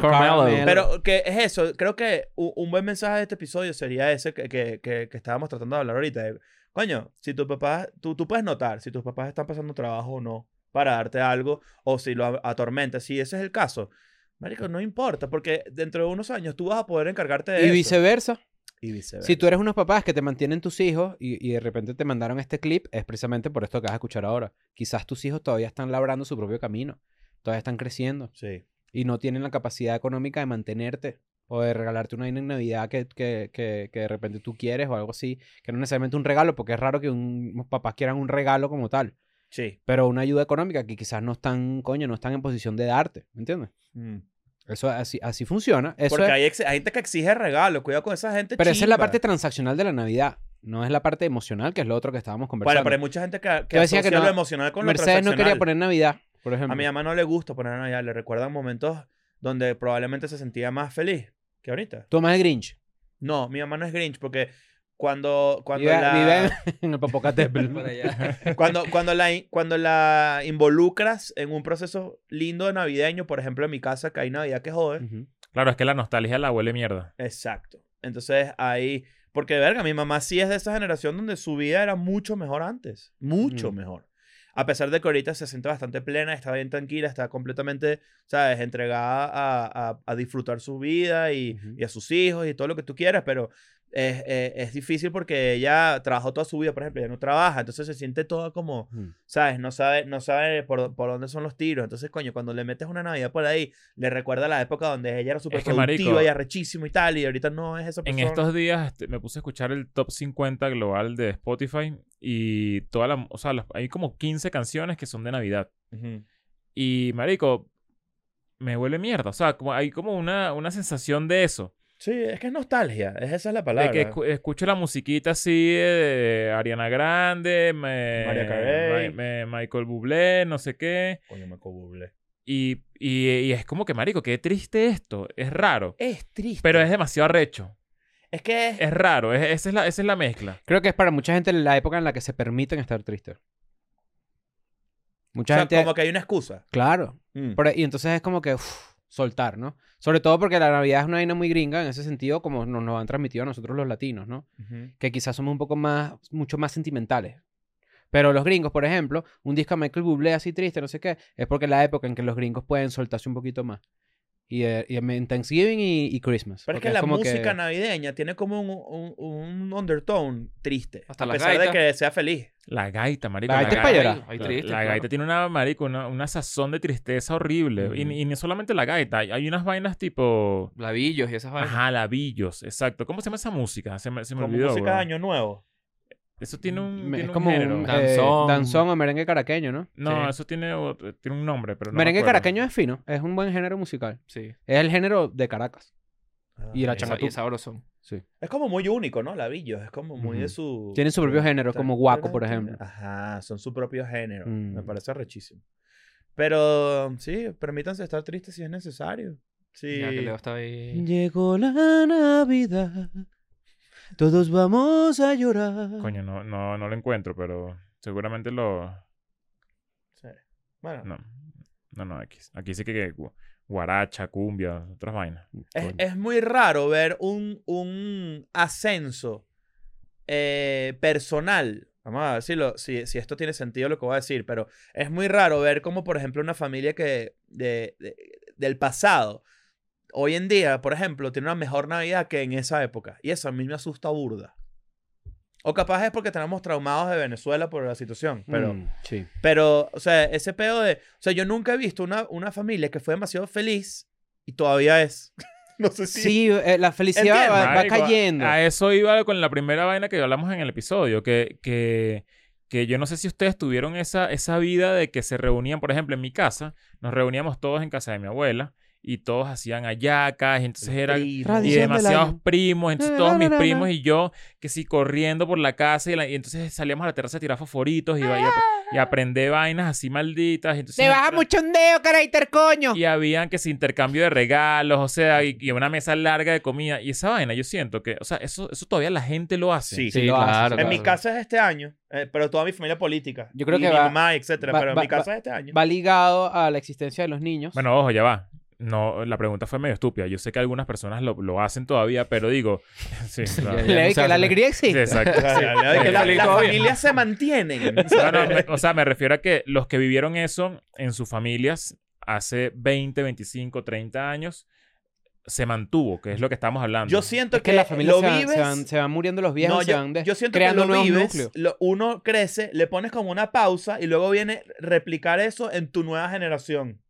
A: caramelo. caramelo.
C: Pero que es eso, creo que u- un buen mensaje de este episodio sería ese que, que- que- que estábamos tratando de hablar ahorita. de, coño, si tus papás, tú, tú puedes notar si tus papás están pasando trabajo o no para darte algo o si lo a- atormenta, si ese es el caso. Marico, no importa, porque dentro de unos años tú vas a poder encargarte de
A: Y
C: eso.
A: viceversa.
C: Y viceversa.
A: Si tú eres unos papás que te mantienen tus hijos y, y de repente te mandaron este clip, es precisamente por esto que vas a escuchar ahora. Quizás tus hijos todavía están labrando su propio camino, todavía están creciendo
C: Sí.
A: y no tienen la capacidad económica de mantenerte o de regalarte una vaina en Navidad que, que, que, que de repente tú quieres o algo así, que no es necesariamente un regalo, porque es raro que un- unos papás quieran un regalo como tal,
C: Sí.
A: pero una ayuda económica que quizás no están, coño, no están en posición de darte, ¿me entiendes?
C: Mm.
A: Eso así, así funciona. Eso
C: Porque
A: es-
C: hay, ex- hay gente que exige regalos. Cuidado con esa gente.
A: pero esa es la
C: chimba.
A: parte transaccional de la Navidad. No es la parte emocional, que es lo otro que estábamos conversando.
C: Bueno, pero hay mucha gente que, que
A: Yo decía
C: asocia
A: que no.
C: lo emocional con
A: Mercedes
C: lo
A: no quería
C: transaccional.
A: poner Navidad, por ejemplo.
C: A mi mamá no le gusta poner Navidad. Le recuerdan momentos donde probablemente se sentía más feliz que ahorita.
A: Tú amas el Grinch.
C: No, mi mamá no es Grinch porque cuando cuando
A: Vive,
C: la
A: vive en el Popocatépetl.
D: Por allá.
C: cuando cuando la in- cuando la involucras en un proceso lindo navideño, por ejemplo, en mi casa que hay Navidad que jode.
A: Ujú.
B: Claro, es que la nostalgia la huele mierda.
C: Exacto. Entonces ahí porque verga, mi mamá sí es de esa generación donde su vida era mucho mejor antes, mucho
A: Mm.
C: mejor. A pesar de que ahorita se siente bastante plena, está bien tranquila, está completamente, ¿sabes?, entregada a, a- a disfrutar su vida y,
A: Ujú.
C: y a sus hijos y todo lo que tú quieras, pero es, es- es difícil porque ella trabajó toda su vida, por ejemplo, ella no trabaja, entonces se siente toda como,
A: Mm.
C: ¿sabes?, no sabe, no sabe por, por dónde son los tiros. Entonces, coño, cuando le metes una Navidad por ahí, le recuerda la época donde ella era súper
B: que,
C: productiva
B: marico,
C: y arrechísimo y tal, y ahorita no es esa
B: En
C: persona.
B: estos días este, me puse a escuchar el top 50 global de Spotify y toda la, o sea, las- hay como 15 canciones que son de Navidad.
C: Ujú.
B: Y, marico, me vuelve mierda. O sea, como, hay como una, una sensación de eso.
C: Sí, es que es nostalgia, es, esa es la
B: De
C: palabra.
B: que escu- escucho la musiquita así de, de Ariana Grande, me-
C: Mariah Carey.
B: Ma- me- Michael Bublé, no sé qué.
C: Coño, me cobuble.
B: Y, y- y es como que, marico, qué triste esto. Es raro.
C: Es triste.
B: Pero es demasiado arrecho.
C: Es que es...
B: Es raro. es- esa, es la, esa es la mezcla.
A: Creo que es para mucha gente la época en la que se permiten estar tristes.
C: o
A: Mucha
C: sea,
A: gente.
C: como que hay una excusa.
A: Claro.
C: Mm.
A: Por- y entonces es como que uf, soltar, ¿no? Sobre todo porque la Navidad es una vaina muy gringa en ese sentido, como nos lo han transmitido a nosotros los latinos, ¿no?
C: Ujú.
A: que quizás somos un poco más, mucho más sentimentales. Pero los gringos, por ejemplo, un disco de Michael Bublé así triste, no sé qué, es porque es la época en que los gringos pueden soltarse un poquito más. Y, eh, y en Thanksgiving y, y Christmas.
C: Pero es
A: porque
C: que la
A: como
C: música
A: que-
C: navideña tiene como un, un, un undertone triste.
D: Hasta
C: a
D: las
C: pesar de
D: gaitas.
C: que sea feliz.
B: La gaita, marico.
A: La
B: La
A: gaita es
B: gaita,
A: pa' llorar.
D: Hay
B: la-
D: tristes,
B: la
D: claro.
B: gaita tiene una, marico, una, una sazón de tristeza horrible. Y-
A: Ujú.
B: y, no solamente la gaita. Hay, hay unas vainas tipo...
D: Labillos y esas vainas.
B: Ajá, labillos. Exacto. ¿Cómo se llama esa música? Se me, se me
C: Como
B: olvidó.
C: música de
B: weón.
C: año nuevo.
B: Eso tiene un,
A: me-
B: tiene
A: es
B: un
A: como
B: género.
A: un eh, danzón.
D: Danzón.
A: o merengue caraqueño, ¿no?
B: No,
D: Sí.
B: eso tiene, otro- tiene un nombre, pero no me
A: merengue
B: acuerdo.
A: caraqueño es fino, es un buen género musical.
D: Sí.
A: Es el género de Caracas. Y la
C: Ah,
D: Y
A: chama-
D: sa-
A: tú.
D: Y sabroso.
A: Sí.
C: Es como muy único, ¿no? Labillos. Es como muy de
A: Ujú.
C: su...
A: Tienen su propio género, como guaco, por ejemplo.
C: Ajá, son su propio género. Me
A: Mm.
C: parece rechísimo. Pero sí, permítanse estar tristes si es necesario. Sí.
D: Ya que Leo está ahí.
A: Llegó la Navidad, todos vamos a llorar.
B: Coño, no, no, no lo encuentro, pero seguramente lo...
C: Sí. Bueno,
B: No, no, no, aquí, aquí sí que, que gu- guaracha, cumbia, otras vainas.
C: Es,
A: Coño.
C: es muy raro ver un, un ascenso eh, personal. Vamos a ver si, lo- si, si esto tiene sentido lo que voy a decir, pero es muy raro ver como, por ejemplo, una familia que de- de- del pasado, hoy en día, por ejemplo, tiene una mejor Navidad que en esa época. Y eso a mí me asusta burda. O capaz es porque tenemos traumados de Venezuela por la situación, pero...
A: Mm, sí.
C: Pero, o sea, ese pedo de. O sea, yo nunca he visto una, una familia que fue demasiado feliz y todavía es. no sé si.
A: Sí, eh, la felicidad
C: Entiendo.
A: va- va,
B: Marico, a-
A: cayendo.
B: A eso iba con la primera vaina que hablamos en el episodio, que, que, que yo no sé si ustedes tuvieron esa, esa vida de que se reunían, por ejemplo, en mi casa, nos reuníamos todos en casa de mi abuela y todos hacían ayacas, y entonces era
C: Primo.
A: Radi-
B: y
A: Tradición del
B: demasiados
A: año.
B: primos, entonces
A: Na,
B: todos
A: na,
B: mis
A: na, na,
B: primos y yo, que sí, corriendo por la casa y, la- y entonces salíamos a la terraza a tirar fosforitos y, va- y ap- y aprender vainas así malditas. y Entonces,
A: Ah. ¡Te vas a muchondeo, carácter,
C: Ah.
A: coño!
B: Y habían que sí, intercambio de regalos, o sea, y, y una mesa larga de comida. Y esa vaina, yo siento que, o sea, eso, eso todavía la gente lo hace.
C: Sí.
A: lo haces.
D: claro,
C: En mi
D: claro.
C: casa es este año, eh, pero toda mi familia política.
A: Yo creo
C: y
A: que
C: mi
A: va-
C: mamá, etcétera.
A: va-
C: pero en
A: va-
C: mi casa es este año.
A: Va ligado a la existencia de los niños.
B: Bueno, ojo, ya va. No, la pregunta fue medio estúpida. Yo sé que algunas personas lo, lo hacen todavía, pero digo, sí, claro.
D: ya
A: Le
D: no
A: di
D: se
A: que
D: hace,
A: la
D: ¿no?
A: alegría
B: Sí,
A: existe.
B: exacto.
C: O sea, la-
B: Sí.
C: la-
D: Sí.
C: Las
D: Todavía.
C: familias se mantienen.
B: No, no, me- o sea, me refiero a que los que vivieron eso en sus familias hace 20, 25, 30 años se mantuvo, que es lo que estamos hablando.
C: Yo siento
A: Es que la familia
C: lo
A: se, van- se
C: vives.
A: van, se van muriendo los viejos,
C: No,
A: se
C: yo-
A: van de-
C: yo siento que
A: creando
C: lo
A: nuevos
C: vives,
A: núcleos.
C: lo- uno crece, le pones como una pausa y luego viene replicar eso en tu nueva generación.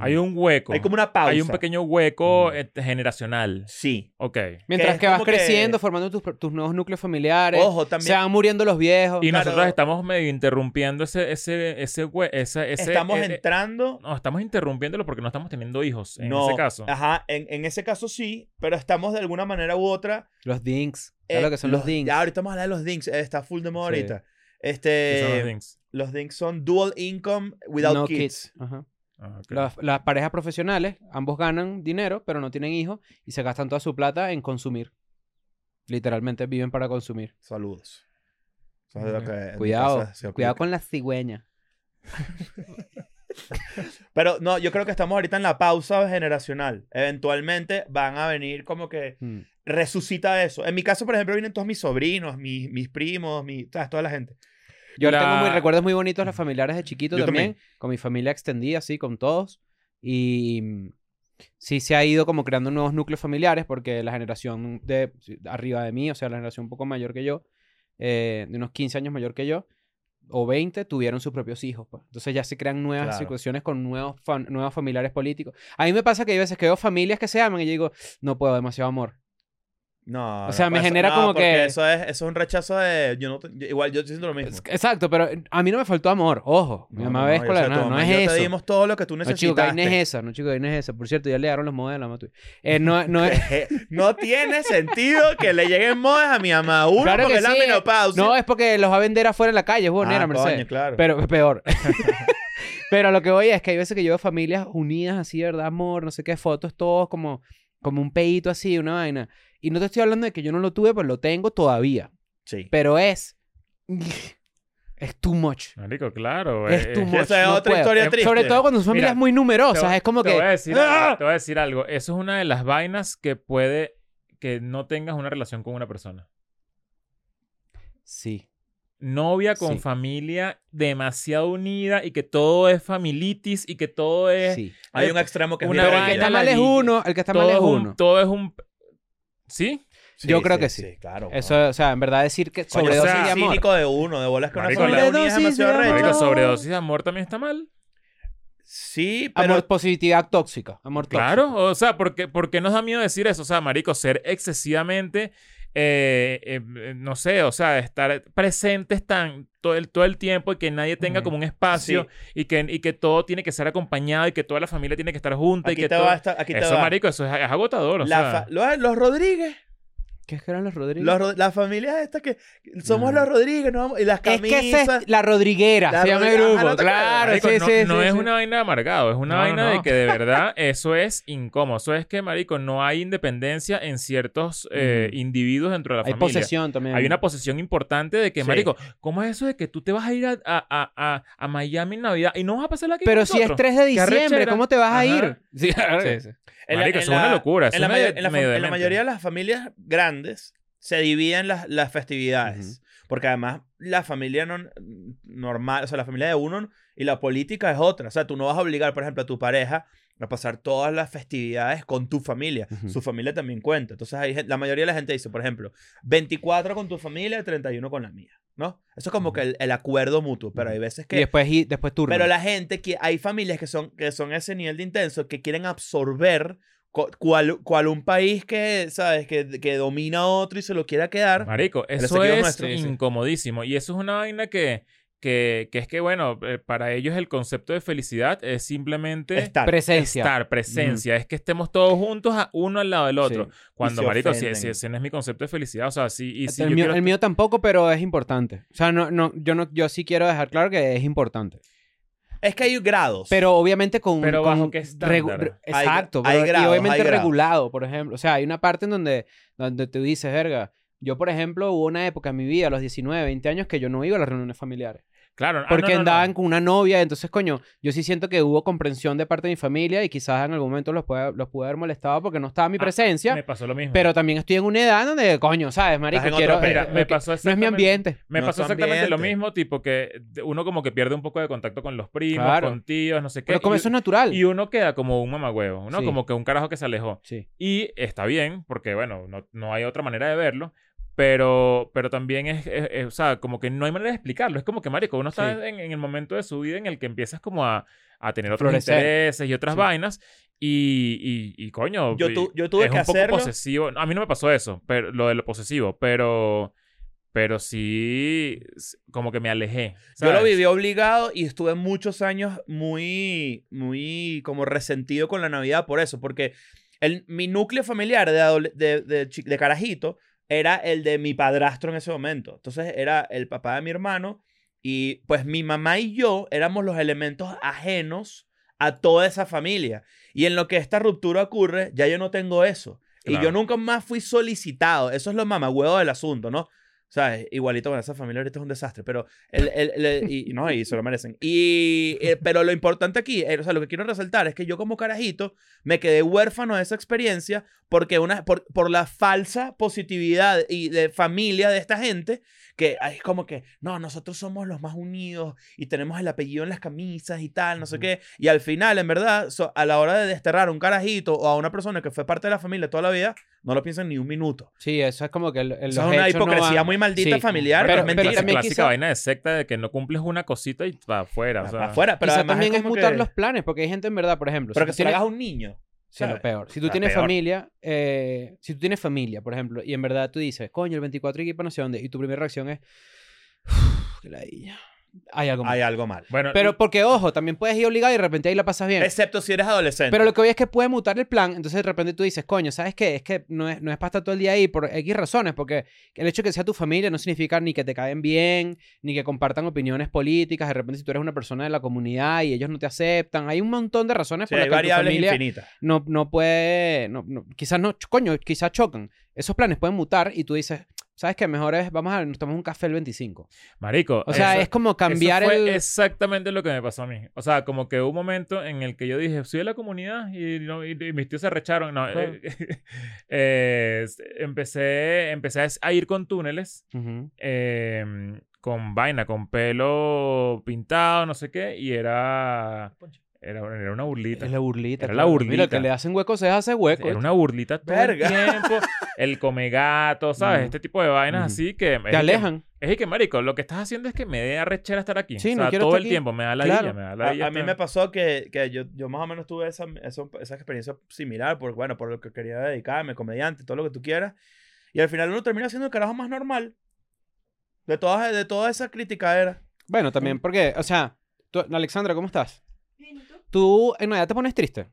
B: Hay un hueco.
C: Hay como una pausa.
B: Hay un pequeño hueco
A: Mm.
B: este, generacional.
C: Sí.
B: Ok.
A: Mientras
C: es
A: que vas
C: como que-
A: creciendo, formando tus, tus nuevos núcleos familiares,
C: Ojo,
A: se
C: también
A: van muriendo los viejos.
B: Y
C: Claro.
B: nosotros estamos medio interrumpiendo ese, ese, ese, hue- esa- ese
C: estamos
B: eh, eh,
C: entrando.
B: No, estamos interrumpiéndolo porque no estamos teniendo hijos en
C: no,
B: ese caso.
A: ah,
C: Ajá, en, en ese caso sí, pero estamos de alguna manera u otra.
A: Los dinks.
C: eh,
A: ¿Sabes lo que son los, dinks?
C: Ya, ahorita vamos a hablar de los dinks. eh, está full de moda
A: Sí.
C: ahorita.
B: ¿Qué
C: Este,
B: son los
A: eh,
C: los, dinks?
B: links?
C: son dual income without
A: No
C: kids.
A: Ajá.
B: Ah, ok.
A: Las, las parejas profesionales, ambos ganan dinero, pero no tienen hijos y se gastan toda su plata en consumir. Literalmente viven para consumir.
C: Saludos. Eso es lo que en mi
A: Cuidado,
C: casa se aplica.
A: cuidado con las cigüeñas.
C: Pero no, yo creo que estamos ahorita en la pausa generacional. Eventualmente van a venir como que
A: Mm.
C: resucita eso. En mi caso, por ejemplo, vienen todos mis sobrinos, mis, mis primos, mi, ¿sabes? toda la gente.
A: Yo
B: La-
A: tengo muy, recuerdos muy bonitos de los familiares de chiquito
C: Yo
A: también, con mi familia extendida, sí, con todos. Y mm, sí se ha ido como creando nuevos núcleos familiares porque la generación de de arriba de mí, o sea, la generación un poco mayor que yo, eh, de unos 15 años mayor que yo, o 20, tuvieron sus propios hijos. pues. Entonces ya se crean nuevas
C: Claro.
A: situaciones con nuevos, fam- nuevos familiares políticos. A mí me pasa que hay veces que veo familias que se aman y yo digo, no puedo, demasiado amor.
C: No.
A: O sea,
C: no,
A: me
C: eso-
A: genera
C: no,
A: como
C: porque
A: que-
C: Eso es, eso es un rechazo de. Yo no, te- yo- igual yo siento lo mismo.
A: Es- Exacto, pero eh, a mí no me faltó amor, ojo. Mi
C: No,
A: mamá
C: no,
A: ve
C: no, yo
A: escuela,
C: sé, tu
A: no, no
C: mamá y
A: es
C: yo
A: eso.
C: Te dimos todo lo que tú
A: No, chico,
C: necesitabas.
A: Gain es esa. No, chico, Gain es esa. Por cierto, ya le dieron los modelos, mamá tuya. Eh, no, no es...
C: no tiene sentido que le lleguen modas a mi mamá. Uno,
A: Claro que
C: porque es la
A: sí.
C: menopausia.
A: No, es porque los va a vender afuera en la calle, es buena,
C: Ah,
A: Mercedes.
C: coño, claro.
A: Pero peor. Pero a lo que voy es que hay veces que yo veo familias unidas así, ¿verdad? Amor, no sé qué, fotos, todos como, como un pedito así, una vaina. Y no te estoy hablando de que yo no lo tuve, pues lo tengo todavía.
C: sí.
A: Pero es. Es too much.
B: Marico, claro. eh,
A: Es too
B: eh,
A: much.
C: esa es
A: no
C: otra
A: puedo.
C: historia
A: Eh, Sobre
C: triste.
A: todo cuando son familias
B: Mira,
A: muy numerosas.
B: Te-
A: es como
B: te
A: que.
B: Voy a decir
A: ¡Ah!
B: algo, te voy a decir algo. Eso es una de las vainas que puede que no tengas una relación con una persona.
A: Sí.
B: Novia con
A: Sí.
B: familia demasiado unida y que todo es familitis y que todo es.
A: Sí.
C: Hay un extremo que es
B: Una
A: Pero el
C: diferente.
A: que
B: vaina,
A: está mal es
B: Eh, la-
A: uno, el que está
B: Todo,
A: mal es
B: es un-
A: uno.
B: todo es un. ¿Sí?
C: Sí,
A: Yo creo que sí.
C: claro.
A: Eso, o sea, en verdad decir que
C: Coño,
A: sobre
B: o
A: dos
B: sea,
A: de amor.
C: cínico de uno, de bolas que una
B: Marico,
C: familia
A: la-
C: unida es
A: Sobredosis de
C: demasiado
A: amor.
C: recho.
B: Marico,
A: No.
B: sobredosis de amor también está mal.
C: Sí, pero
A: Amor positividad tóxica. Amor tóxico.
B: Claro, o sea, porque, porque nos da miedo decir eso, o sea, marico, ser excesivamente, eh, eh, eh, no sé, o sea, estar presentes tan todo el, todo el tiempo y que nadie tenga
A: Ujú.
B: como un espacio y, que, y que todo tiene que ser acompañado y que toda la familia tiene que estar junta y
C: aquí
B: que
C: te
B: todo...
C: va a estar- aquí te
B: eso,
C: va.
B: marico, eso es, es agotador, o
C: La
B: sea,
C: fa- lo- los Rodríguez,
A: ¿Qué es que eran los Rodríguez?
C: los Ro- las familias estas que somos
A: No.
C: los Rodríguez, ¿no? y las
A: Es que
C: camisas.
A: esa es la Rodriguera.
C: La
A: se llama el
C: Rodríguez,
A: grupo.
C: ajá, no te
A: claro,
B: marico,
A: sí,
B: no,
A: sí,
B: no
A: sí,
B: es
A: sí.
B: una vaina de amargado, es una
D: No,
B: vaina de
D: no.
B: que de verdad eso es incómodo, eso es que, marico, no hay independencia en ciertos eh,
A: Ujú.
B: individuos dentro de la
A: Hay
B: familia.
A: posesión también.
B: Hay una posesión importante de que,
C: Sí.
B: marico, ¿cómo es eso de que tú te vas a ir a, a- a- a- a Miami en Navidad y no vas a pasar aquí
A: Pero si es 3 de diciembre,
B: arrechera.
A: ¿cómo te vas a
B: Ajá.
A: ir? Sí,
D: Sí, sí.
C: En
B: Marico, eso es una locura, eso
C: En la,
B: es medio-
C: mayo- en la fam-
B: medio
C: en la
B: demente.
C: mayoría de las familias grandes se dividen las, las festividades. Porque además la familia no, normal, o sea, la familia de uno y la política es otra. O sea, tú no vas a obligar, por ejemplo, a tu pareja a pasar todas las festividades con tu familia.
A: Ujú.
C: Su familia también cuenta. Entonces, hay, gen- la mayoría de la gente dice, por ejemplo, 24 con tu familia, 31 con la mía. ¿No? Eso es como que el, el acuerdo mutuo, pero hay veces
A: Y
C: que...
A: después, y después turno.
C: Pero la gente que hay familias que son que son ese nivel de intenso que quieren absorber co- cual, cual un país que sabes que, que domina a otro y se lo quiera quedar.
B: Marico, eso
C: equipo
B: es
C: nuestro, sí, sí.
B: incomodísimo. Y eso es una vaina que, que, que es que, bueno, eh, para ellos el concepto de felicidad es simplemente
C: Estar.
A: Presencia.
B: estar, presencia. Es que estemos todos juntos, a- uno al lado del otro.
A: Sí.
B: Cuando,
C: se
B: marico, si,
C: ofenden.
B: si ese no es mi concepto de felicidad, o sea, sí, y si
A: el,
B: yo
A: mío,
B: quiero-
A: el mío tampoco, pero es importante. O sea, no, no, yo, no, yo sí quiero dejar claro que es importante.
C: Es que hay grados.
A: Pero obviamente con...
B: Pero bajo
A: con
B: qué estándar.
A: regu- re-
C: Hay-
A: Exacto.
C: hay
A: pero-
C: grados,
A: y obviamente
C: hay grados.
A: regulado, por ejemplo. O sea, hay una parte en donde, donde tú dices, verga, yo, por ejemplo, hubo una época en mi vida, a los 19, 20 años, que yo no iba a las reuniones familiares.
B: Claro, ah,
A: Porque
B: no, no, no.
A: andaban con una novia. Entonces, coño, yo sí siento que hubo comprensión de parte de mi familia y quizás en algún momento los, pueda- los pude haber molestado porque no estaba mi
B: Ah,
A: presencia.
B: Me pasó lo mismo.
A: Pero también estoy en una edad donde, coño, ¿sabes, marico?
C: Estás en
A: Quiero,
C: otro-
B: Mira,
A: eh,
B: me
A: eh, que-
B: pasó
A: no es mi
B: exactamente-
A: ambiente.
B: Me
C: No
B: pasó
C: es tu
B: exactamente lo
C: ambiente.
B: mismo, tipo que de- uno como que pierde un poco de contacto con los primos,
A: Claro.
B: con tíos, no sé qué.
A: Pero como
B: y,
A: eso es natural.
B: y uno queda como un mamagüevo, ¿no?
A: Sí.
B: Como que un carajo que se alejó.
A: Sí.
B: Y está bien, porque bueno, no, no hay otra manera de verlo. Pero, pero también es, es- es- o sea, como que no hay manera de explicarlo. Es como que, marico, uno está
A: Sí.
B: en, en el momento de su vida en el que empiezas como a, a tener otros
A: Florecer.
B: intereses y otras
A: Sí.
B: vainas. Y, y, y, coño,
C: Yo
B: y-
C: tu- yo tuve
B: es
C: que
B: un poco
C: hacerlo.
B: posesivo. A mí no me pasó eso, pero, lo de lo posesivo. Pero, pero sí, s- como que me alejé.
C: Yo lo
B: ¿sabes?
C: viví obligado y estuve muchos años muy, muy como resentido con la Navidad por eso, porque el, mi núcleo familiar de, adole- de, de chi- de carajito era el de mi padrastro en ese momento. Entonces era el papá de mi hermano y pues mi mamá y yo éramos los elementos ajenos a toda esa familia. Y en lo que esta ruptura ocurre, ya yo no tengo eso. Y yo
B: Claro.
C: nunca más fui solicitado. Eso es lo mamagüevo del asunto, ¿no? ¿Sabes? Igualito con esa familia ahorita es un desastre, pero el, el- el- y, y no, y se lo merecen. Y, eh, pero lo importante aquí, eh, o sea, lo que quiero resaltar es que yo como carajito me quedé huérfano de esa experiencia porque una, por, por la falsa positividad y de familia de esta gente, que ay, es como que, no, nosotros somos los más unidos y tenemos el apellido en las camisas y tal, no sé
B: Ujú.
C: qué. Y al final, en verdad, so- a la hora de desterrar a un carajito o a una persona que fue parte de la familia toda la vida, no lo piensan ni un minuto.
A: Sí, eso es como que el, el-
C: Esa
A: los
C: es una
A: hechos no
C: hipocresía
A: van-
C: muy maldita
A: Sí.
C: familiar,
A: Pero-
C: pero,
B: Pero,
C: es
A: pero
C: mentira.
A: también
B: clásica
A: quizá-
B: vaina de secta de que no cumples una cosita y va afuera. o
C: Pa-
B: sea.
C: pa' afuera, pero
A: Quizá
C: además
A: también es,
C: como
A: mutar
C: que-
A: los planes, porque hay gente en verdad, por ejemplo.
C: Pero
A: si
C: que
A: tú
C: se lo
A: tienes-
C: hagas a un niño.
A: Sí, lo
C: ¿sabes?
A: peor. Si
C: O
A: tú
C: sea,
A: tienes
C: peor.
A: familia, eh, si tú tienes familia, por ejemplo, y en verdad tú dices, coño, el 24 equipo no sé dónde, y tu primera reacción es, "Uf, qué ladilla". Hay algo más.
C: Hay algo mal.
B: Bueno,
A: Pero porque, ojo, también puedes ir obligado y de repente ahí la pasas bien.
C: Excepto si eres adolescente.
A: Pero lo que voy es que puede mutar el plan, entonces de repente tú dices, coño, ¿sabes qué? Es que no es, no es para estar todo el día ahí por X razones, porque el hecho de que sea tu familia no significa ni que te caen bien, ni que compartan opiniones políticas, de repente si tú eres una persona de la comunidad y ellos no te aceptan, hay un montón de razones
C: Sí,
A: por las
C: hay
A: que tu
C: variables
A: familia
C: infinitas.
A: no, no puede, no, no- quizás no, ch- coño, quizás chocan, esos planes pueden mutar y tú dices, ¿sabes qué? Mejor es, vamos a, nos tomamos un café el 25.
B: marico.
A: O sea,
B: eso-
A: es como cambiar
B: Eso fue
A: el...
B: exactamente lo que me pasó a mí. O sea, como que hubo un momento en el que yo dije, soy de la comunidad y, no- y- y mis tíos se arrecharon. No,
A: Claro.
B: eh, eh, empecé, empecé a ir con túneles,
A: Ujú.
B: eh, con vaina, con pelo pintado, no sé qué, y era... Era, era una burlita.
A: Es la burlita.
B: Era la
A: claro.
B: burlita.
A: Mira, que le hacen hueco se hace hueco.
B: Era una burlita todo
C: Verga.
B: el tiempo. El come gato, ¿sabes?
A: Ujú.
B: Este tipo de vainas
A: Ujú.
B: así que... es el
A: Te
B: que-
A: alejan.
B: Es el que, marico, lo que estás haciendo es que me dé arrechera estar aquí.
A: Sí,
B: o
A: no
B: sea,
A: quiero
B: todo
A: estar
B: el
A: aquí.
B: tiempo me da la
A: Claro.
B: idea, me da la
C: A,
B: idea
C: a mí
B: estar-
C: me pasó que, que yo, yo más o menos tuve esa, esa, esa experiencia similar, por, bueno, por lo que quería dedicarme, comediante, todo lo que tú quieras. Y al final uno termina siendo el carajo más normal de, todas, de toda esa criticadera.
A: Bueno, también porque, o sea, tú- Alexandra, ¿cómo estás?
E: Bien, ¿y tú?
A: Tú en Navidad te pones triste.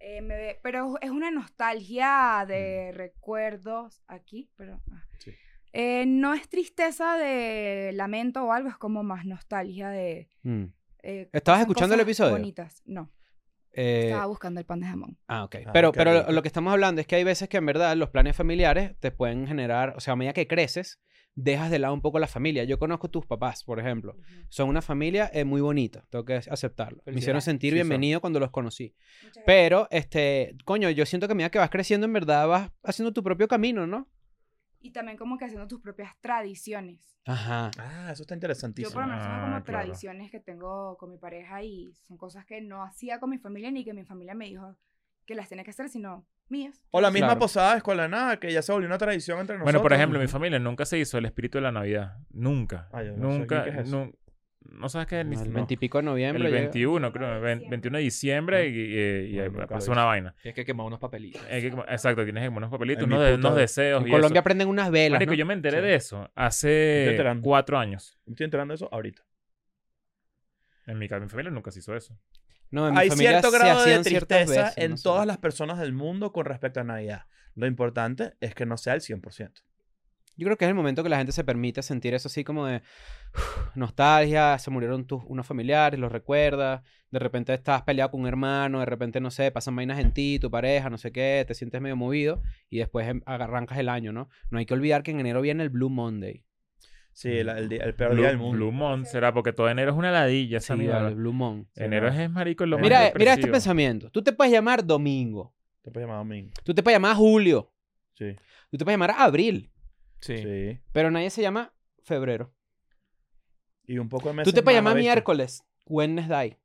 E: Eh, me ve- pero es una nostalgia
A: Mm.
E: de recuerdos aquí, pero... ah.
C: Sí.
E: Eh, no es tristeza de lamento o algo, es como más nostalgia de... eh,
A: ¿Estabas
E: son
A: escuchando el
E: cosas
A: episodio?
E: Bonitas, no.
A: Eh,
E: Estaba buscando el pan de jamón.
A: ah, ok.
C: Ah,
A: Pero,
C: qué
A: pero lo,
C: rico.
A: lo que estamos hablando es que hay veces que en verdad los planes familiares te pueden generar, o sea, a medida que creces, dejas de lado un poco la familia. Yo conozco tus papás, por ejemplo. Son una familia eh, muy bonita, tengo que aceptarlo. Me hicieron
D: Felicidades.
A: sentir
C: Sí, son.
A: bienvenido cuando los conocí.
E: Muchas gracias.
A: Pero, este, coño, yo siento que a medida que vas creciendo, en verdad vas haciendo tu propio camino, ¿no?
E: Y también como que haciendo tus propias tradiciones.
A: Ajá.
C: Ah, eso está
E: Yo
C: interesantísimo.
E: por lo menos tengo como
B: Ah, claro.
E: tradiciones que tengo con mi pareja y son cosas que no hacía con mi familia ni que mi familia me dijo que las tenía que hacer, sino mías.
C: O la misma
A: Claro.
C: posada de escuela de nada, que ya se volvió una tradición entre nosotros.
B: Bueno, por ejemplo, en mi familia nunca se hizo el espíritu de la Navidad. Nunca.
C: Ah, yo no sé,
B: nunca.
C: ¿qué es eso?
B: nun- No sabes qué es ni-
A: El
B: no.
A: 20 y pico de noviembre.
B: El
A: llega-
B: 21, creo. ve- 21 de
A: Ah.
B: diciembre y, y- y
C: No,
B: ahí
C: nunca lo
B: pasa
C: hice.
B: una vaina.
D: Tienes que quemar unos papelitos.
B: Hay que como- exacto, tienes que comer unos papelitos,
C: En mi
B: unos, de-
C: puta-
B: unos deseos.
A: En
B: y
A: Colombia
B: eso.
A: prenden unas velas.
B: Marico,
A: ¿no?
B: yo me enteré
A: Sí.
B: de eso
C: Estoy
B: hace
C: enterando.
B: cuatro años.
C: Me estoy enterando de eso ahorita.
B: En mi, en mi familia nunca se hizo eso.
A: No, en mi
C: Hay
A: familia
C: cierto
A: se
C: grado de
A: hacían ciertas
C: tristeza
A: veces,
C: en
A: no sé.
C: todas las personas del mundo con respecto a Navidad. Lo importante es que no sea el 100%.
A: Yo creo que es el momento que la gente se permite sentir eso así como de uf, nostalgia, se murieron tus unos familiares, los recuerdas, de repente estás peleado con un hermano, de repente, no sé, pasan vainas en ti, tu pareja, no sé qué, te sientes medio movido y después em- arrancas el año, ¿no? No hay que olvidar que en enero viene el Blue Monday.
C: Sí, el, el di- el peor
B: Blue,
C: día del mundo.
B: Blue Moon será porque todo enero es una ladilla esa
A: Sí,
B: mierda.
A: vale, Blue Moon.
C: Sí,
B: enero
C: no.
B: es marico lo más
A: Mira, eh, mira este
B: depresivo.
A: pensamiento. Tú te puedes llamar domingo,
C: Te puedes llamar domingo.
A: tú te puedes llamar julio,
C: Sí,
A: tú te puedes llamar abril,
D: Sí.
C: sí.
A: pero nadie se llama febrero.
C: Y un poco de meses
A: Tú te puedes
C: más,
A: llamar
C: ¿viste?
A: miércoles, Wednesday.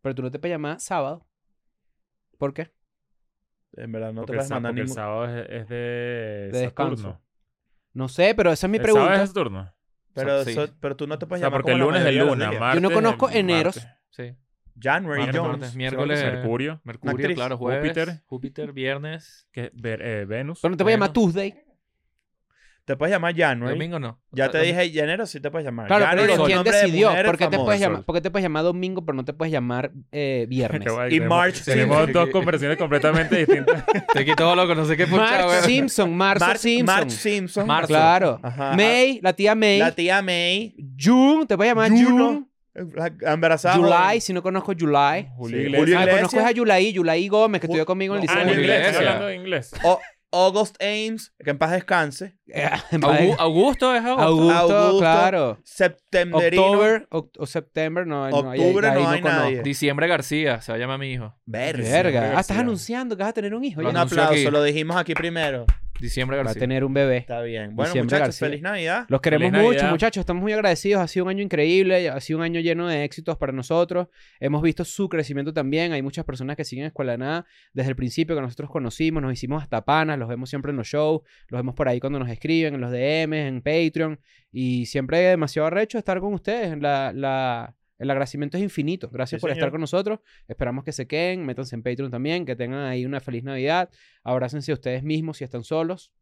A: Pero tú no te puedes llamar sábado. ¿Por qué?
C: En verdad, no
B: Porque el
C: te vas a
B: sa-
C: mandar
B: porque el
C: ningún...
B: sábado es, es de,
A: descanso.
B: Saturno.
A: No sé, pero esa es mi
B: ¿El sábado es de
A: pregunta. Pues
B: Saturno?
C: Pero,
D: Sí.
C: eso- pero tú no te
B: O
C: puedes
B: sea,
C: llamar
B: porque el
C: como la
B: lunes es el
C: mayoría de los
B: lunes.
C: días.
B: martes
A: Yo no
B: es
A: conozco
B: martes.
A: eneros.
D: Sí.
C: January
B: Martes,
C: Jones.
D: martes, miércoles.
B: Mercurio.
D: Mercurio,
C: actriz.
D: claro, jueves.
B: Júpiter.
D: Júpiter. viernes.
B: Que, ver- eh, Venus.
A: Pero no te puedes llamar Tuesday.
C: Te puedes llamar January.
D: Domingo no.
C: Ya te
D: Dom-
C: dije, y enero sí te puedes llamar.
A: Claro, pero
C: January
A: digo,
C: es un
A: ¿quién
C: nombre de
A: decidió?
C: mujer
A: ¿Por qué, te puedes
C: famoso.
A: llamar, por qué te puedes llamar domingo, pero no te puedes llamar eh, viernes?
B: Qué guay,
C: Y
B: tenemos-
C: March
B: Tenemos
D: Simpson.
B: dos conversaciones completamente distintas.
D: Te aquí todo loco, no sé qué pucha,
A: March
D: güey.
A: Simpson, Marzo
C: March
A: Simpson.
C: March Simpson.
D: Marzo.
A: Claro.
C: Ajá.
A: May, la tía May.
C: La tía May.
A: June, te puedes llamar
C: Juno.
A: June.
C: La embarazada.
A: July, si no conozco July.
B: Julio
C: Sí.
B: Iglesias.
C: Julio
A: Ah, conozco
C: Iglesias.
A: a Yulai, Yulai Gómez, que
C: Ju-
A: estudió conmigo en el
C: no,
B: Ah,
A: liceo.
B: en inglés.
D: Iglesias.
B: estoy hablando de inglés.
C: O- August Ames, que en paz descanse.
D: Augu- Augusto es agosto.
A: Eh, Augusto,
C: Augusto.
A: claro.
C: Septemberino.
A: October o, o septiembre, no, no, ahí-
C: Octubre
A: ahí
C: no hay
A: conozco.
C: nadie.
D: Diciembre García, se va a llamar mi hijo.
C: Verga.
A: Verga. Ah, estás
B: Universidad.
A: anunciando que vas a tener un hijo.
D: Lo
A: ya.
C: Un
D: anunció
C: aplauso,
D: aquí.
C: lo dijimos aquí primero.
D: Diciembre
A: Va a
D: García.
A: tener un bebé.
C: Está bien. Bueno,
A: Diciembre
C: muchachos,
A: García.
C: feliz Navidad.
A: Los queremos
B: Feliz
A: mucho,
B: Navidad.
A: muchachos. Estamos muy agradecidos. Ha sido un año increíble. Ha sido un año lleno de éxitos para nosotros. Hemos visto su crecimiento también. Hay muchas personas que siguen Escuela de Nada desde el principio que nosotros conocimos. Nos hicimos hasta panas. Los vemos siempre en los shows. Los vemos por ahí cuando nos escriben, en los DMs, en Patreon. Y siempre es demasiado arrecho estar con ustedes. La, la- el agradecimiento es infinito. Gracias
C: Sí,
A: por estar
C: señor.
A: con nosotros. Esperamos que se queden. Métanse en Patreon también. Que tengan ahí una feliz Navidad. Abrácense a ustedes mismos si están solos.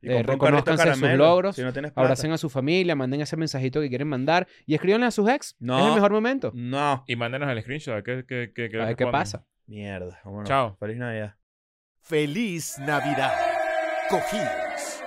A: Eh,
C: compra un carrito
A: reconózcanse sus
C: caramelo,
A: logros.
C: Si no tienes plata.
A: Abracen a su familia, manden ese mensajito que quieren mandar y escríbanle a sus ex.
C: No.
A: Es el mejor momento.
C: No.
B: Y mándanos el screenshot. a ver ¿Qué, qué, qué, qué
A: A ver qué
B: responden.
A: pasa.
C: Mierda. vámonos.
B: Chao.
C: Feliz Navidad.
F: Feliz Navidad. Cojines.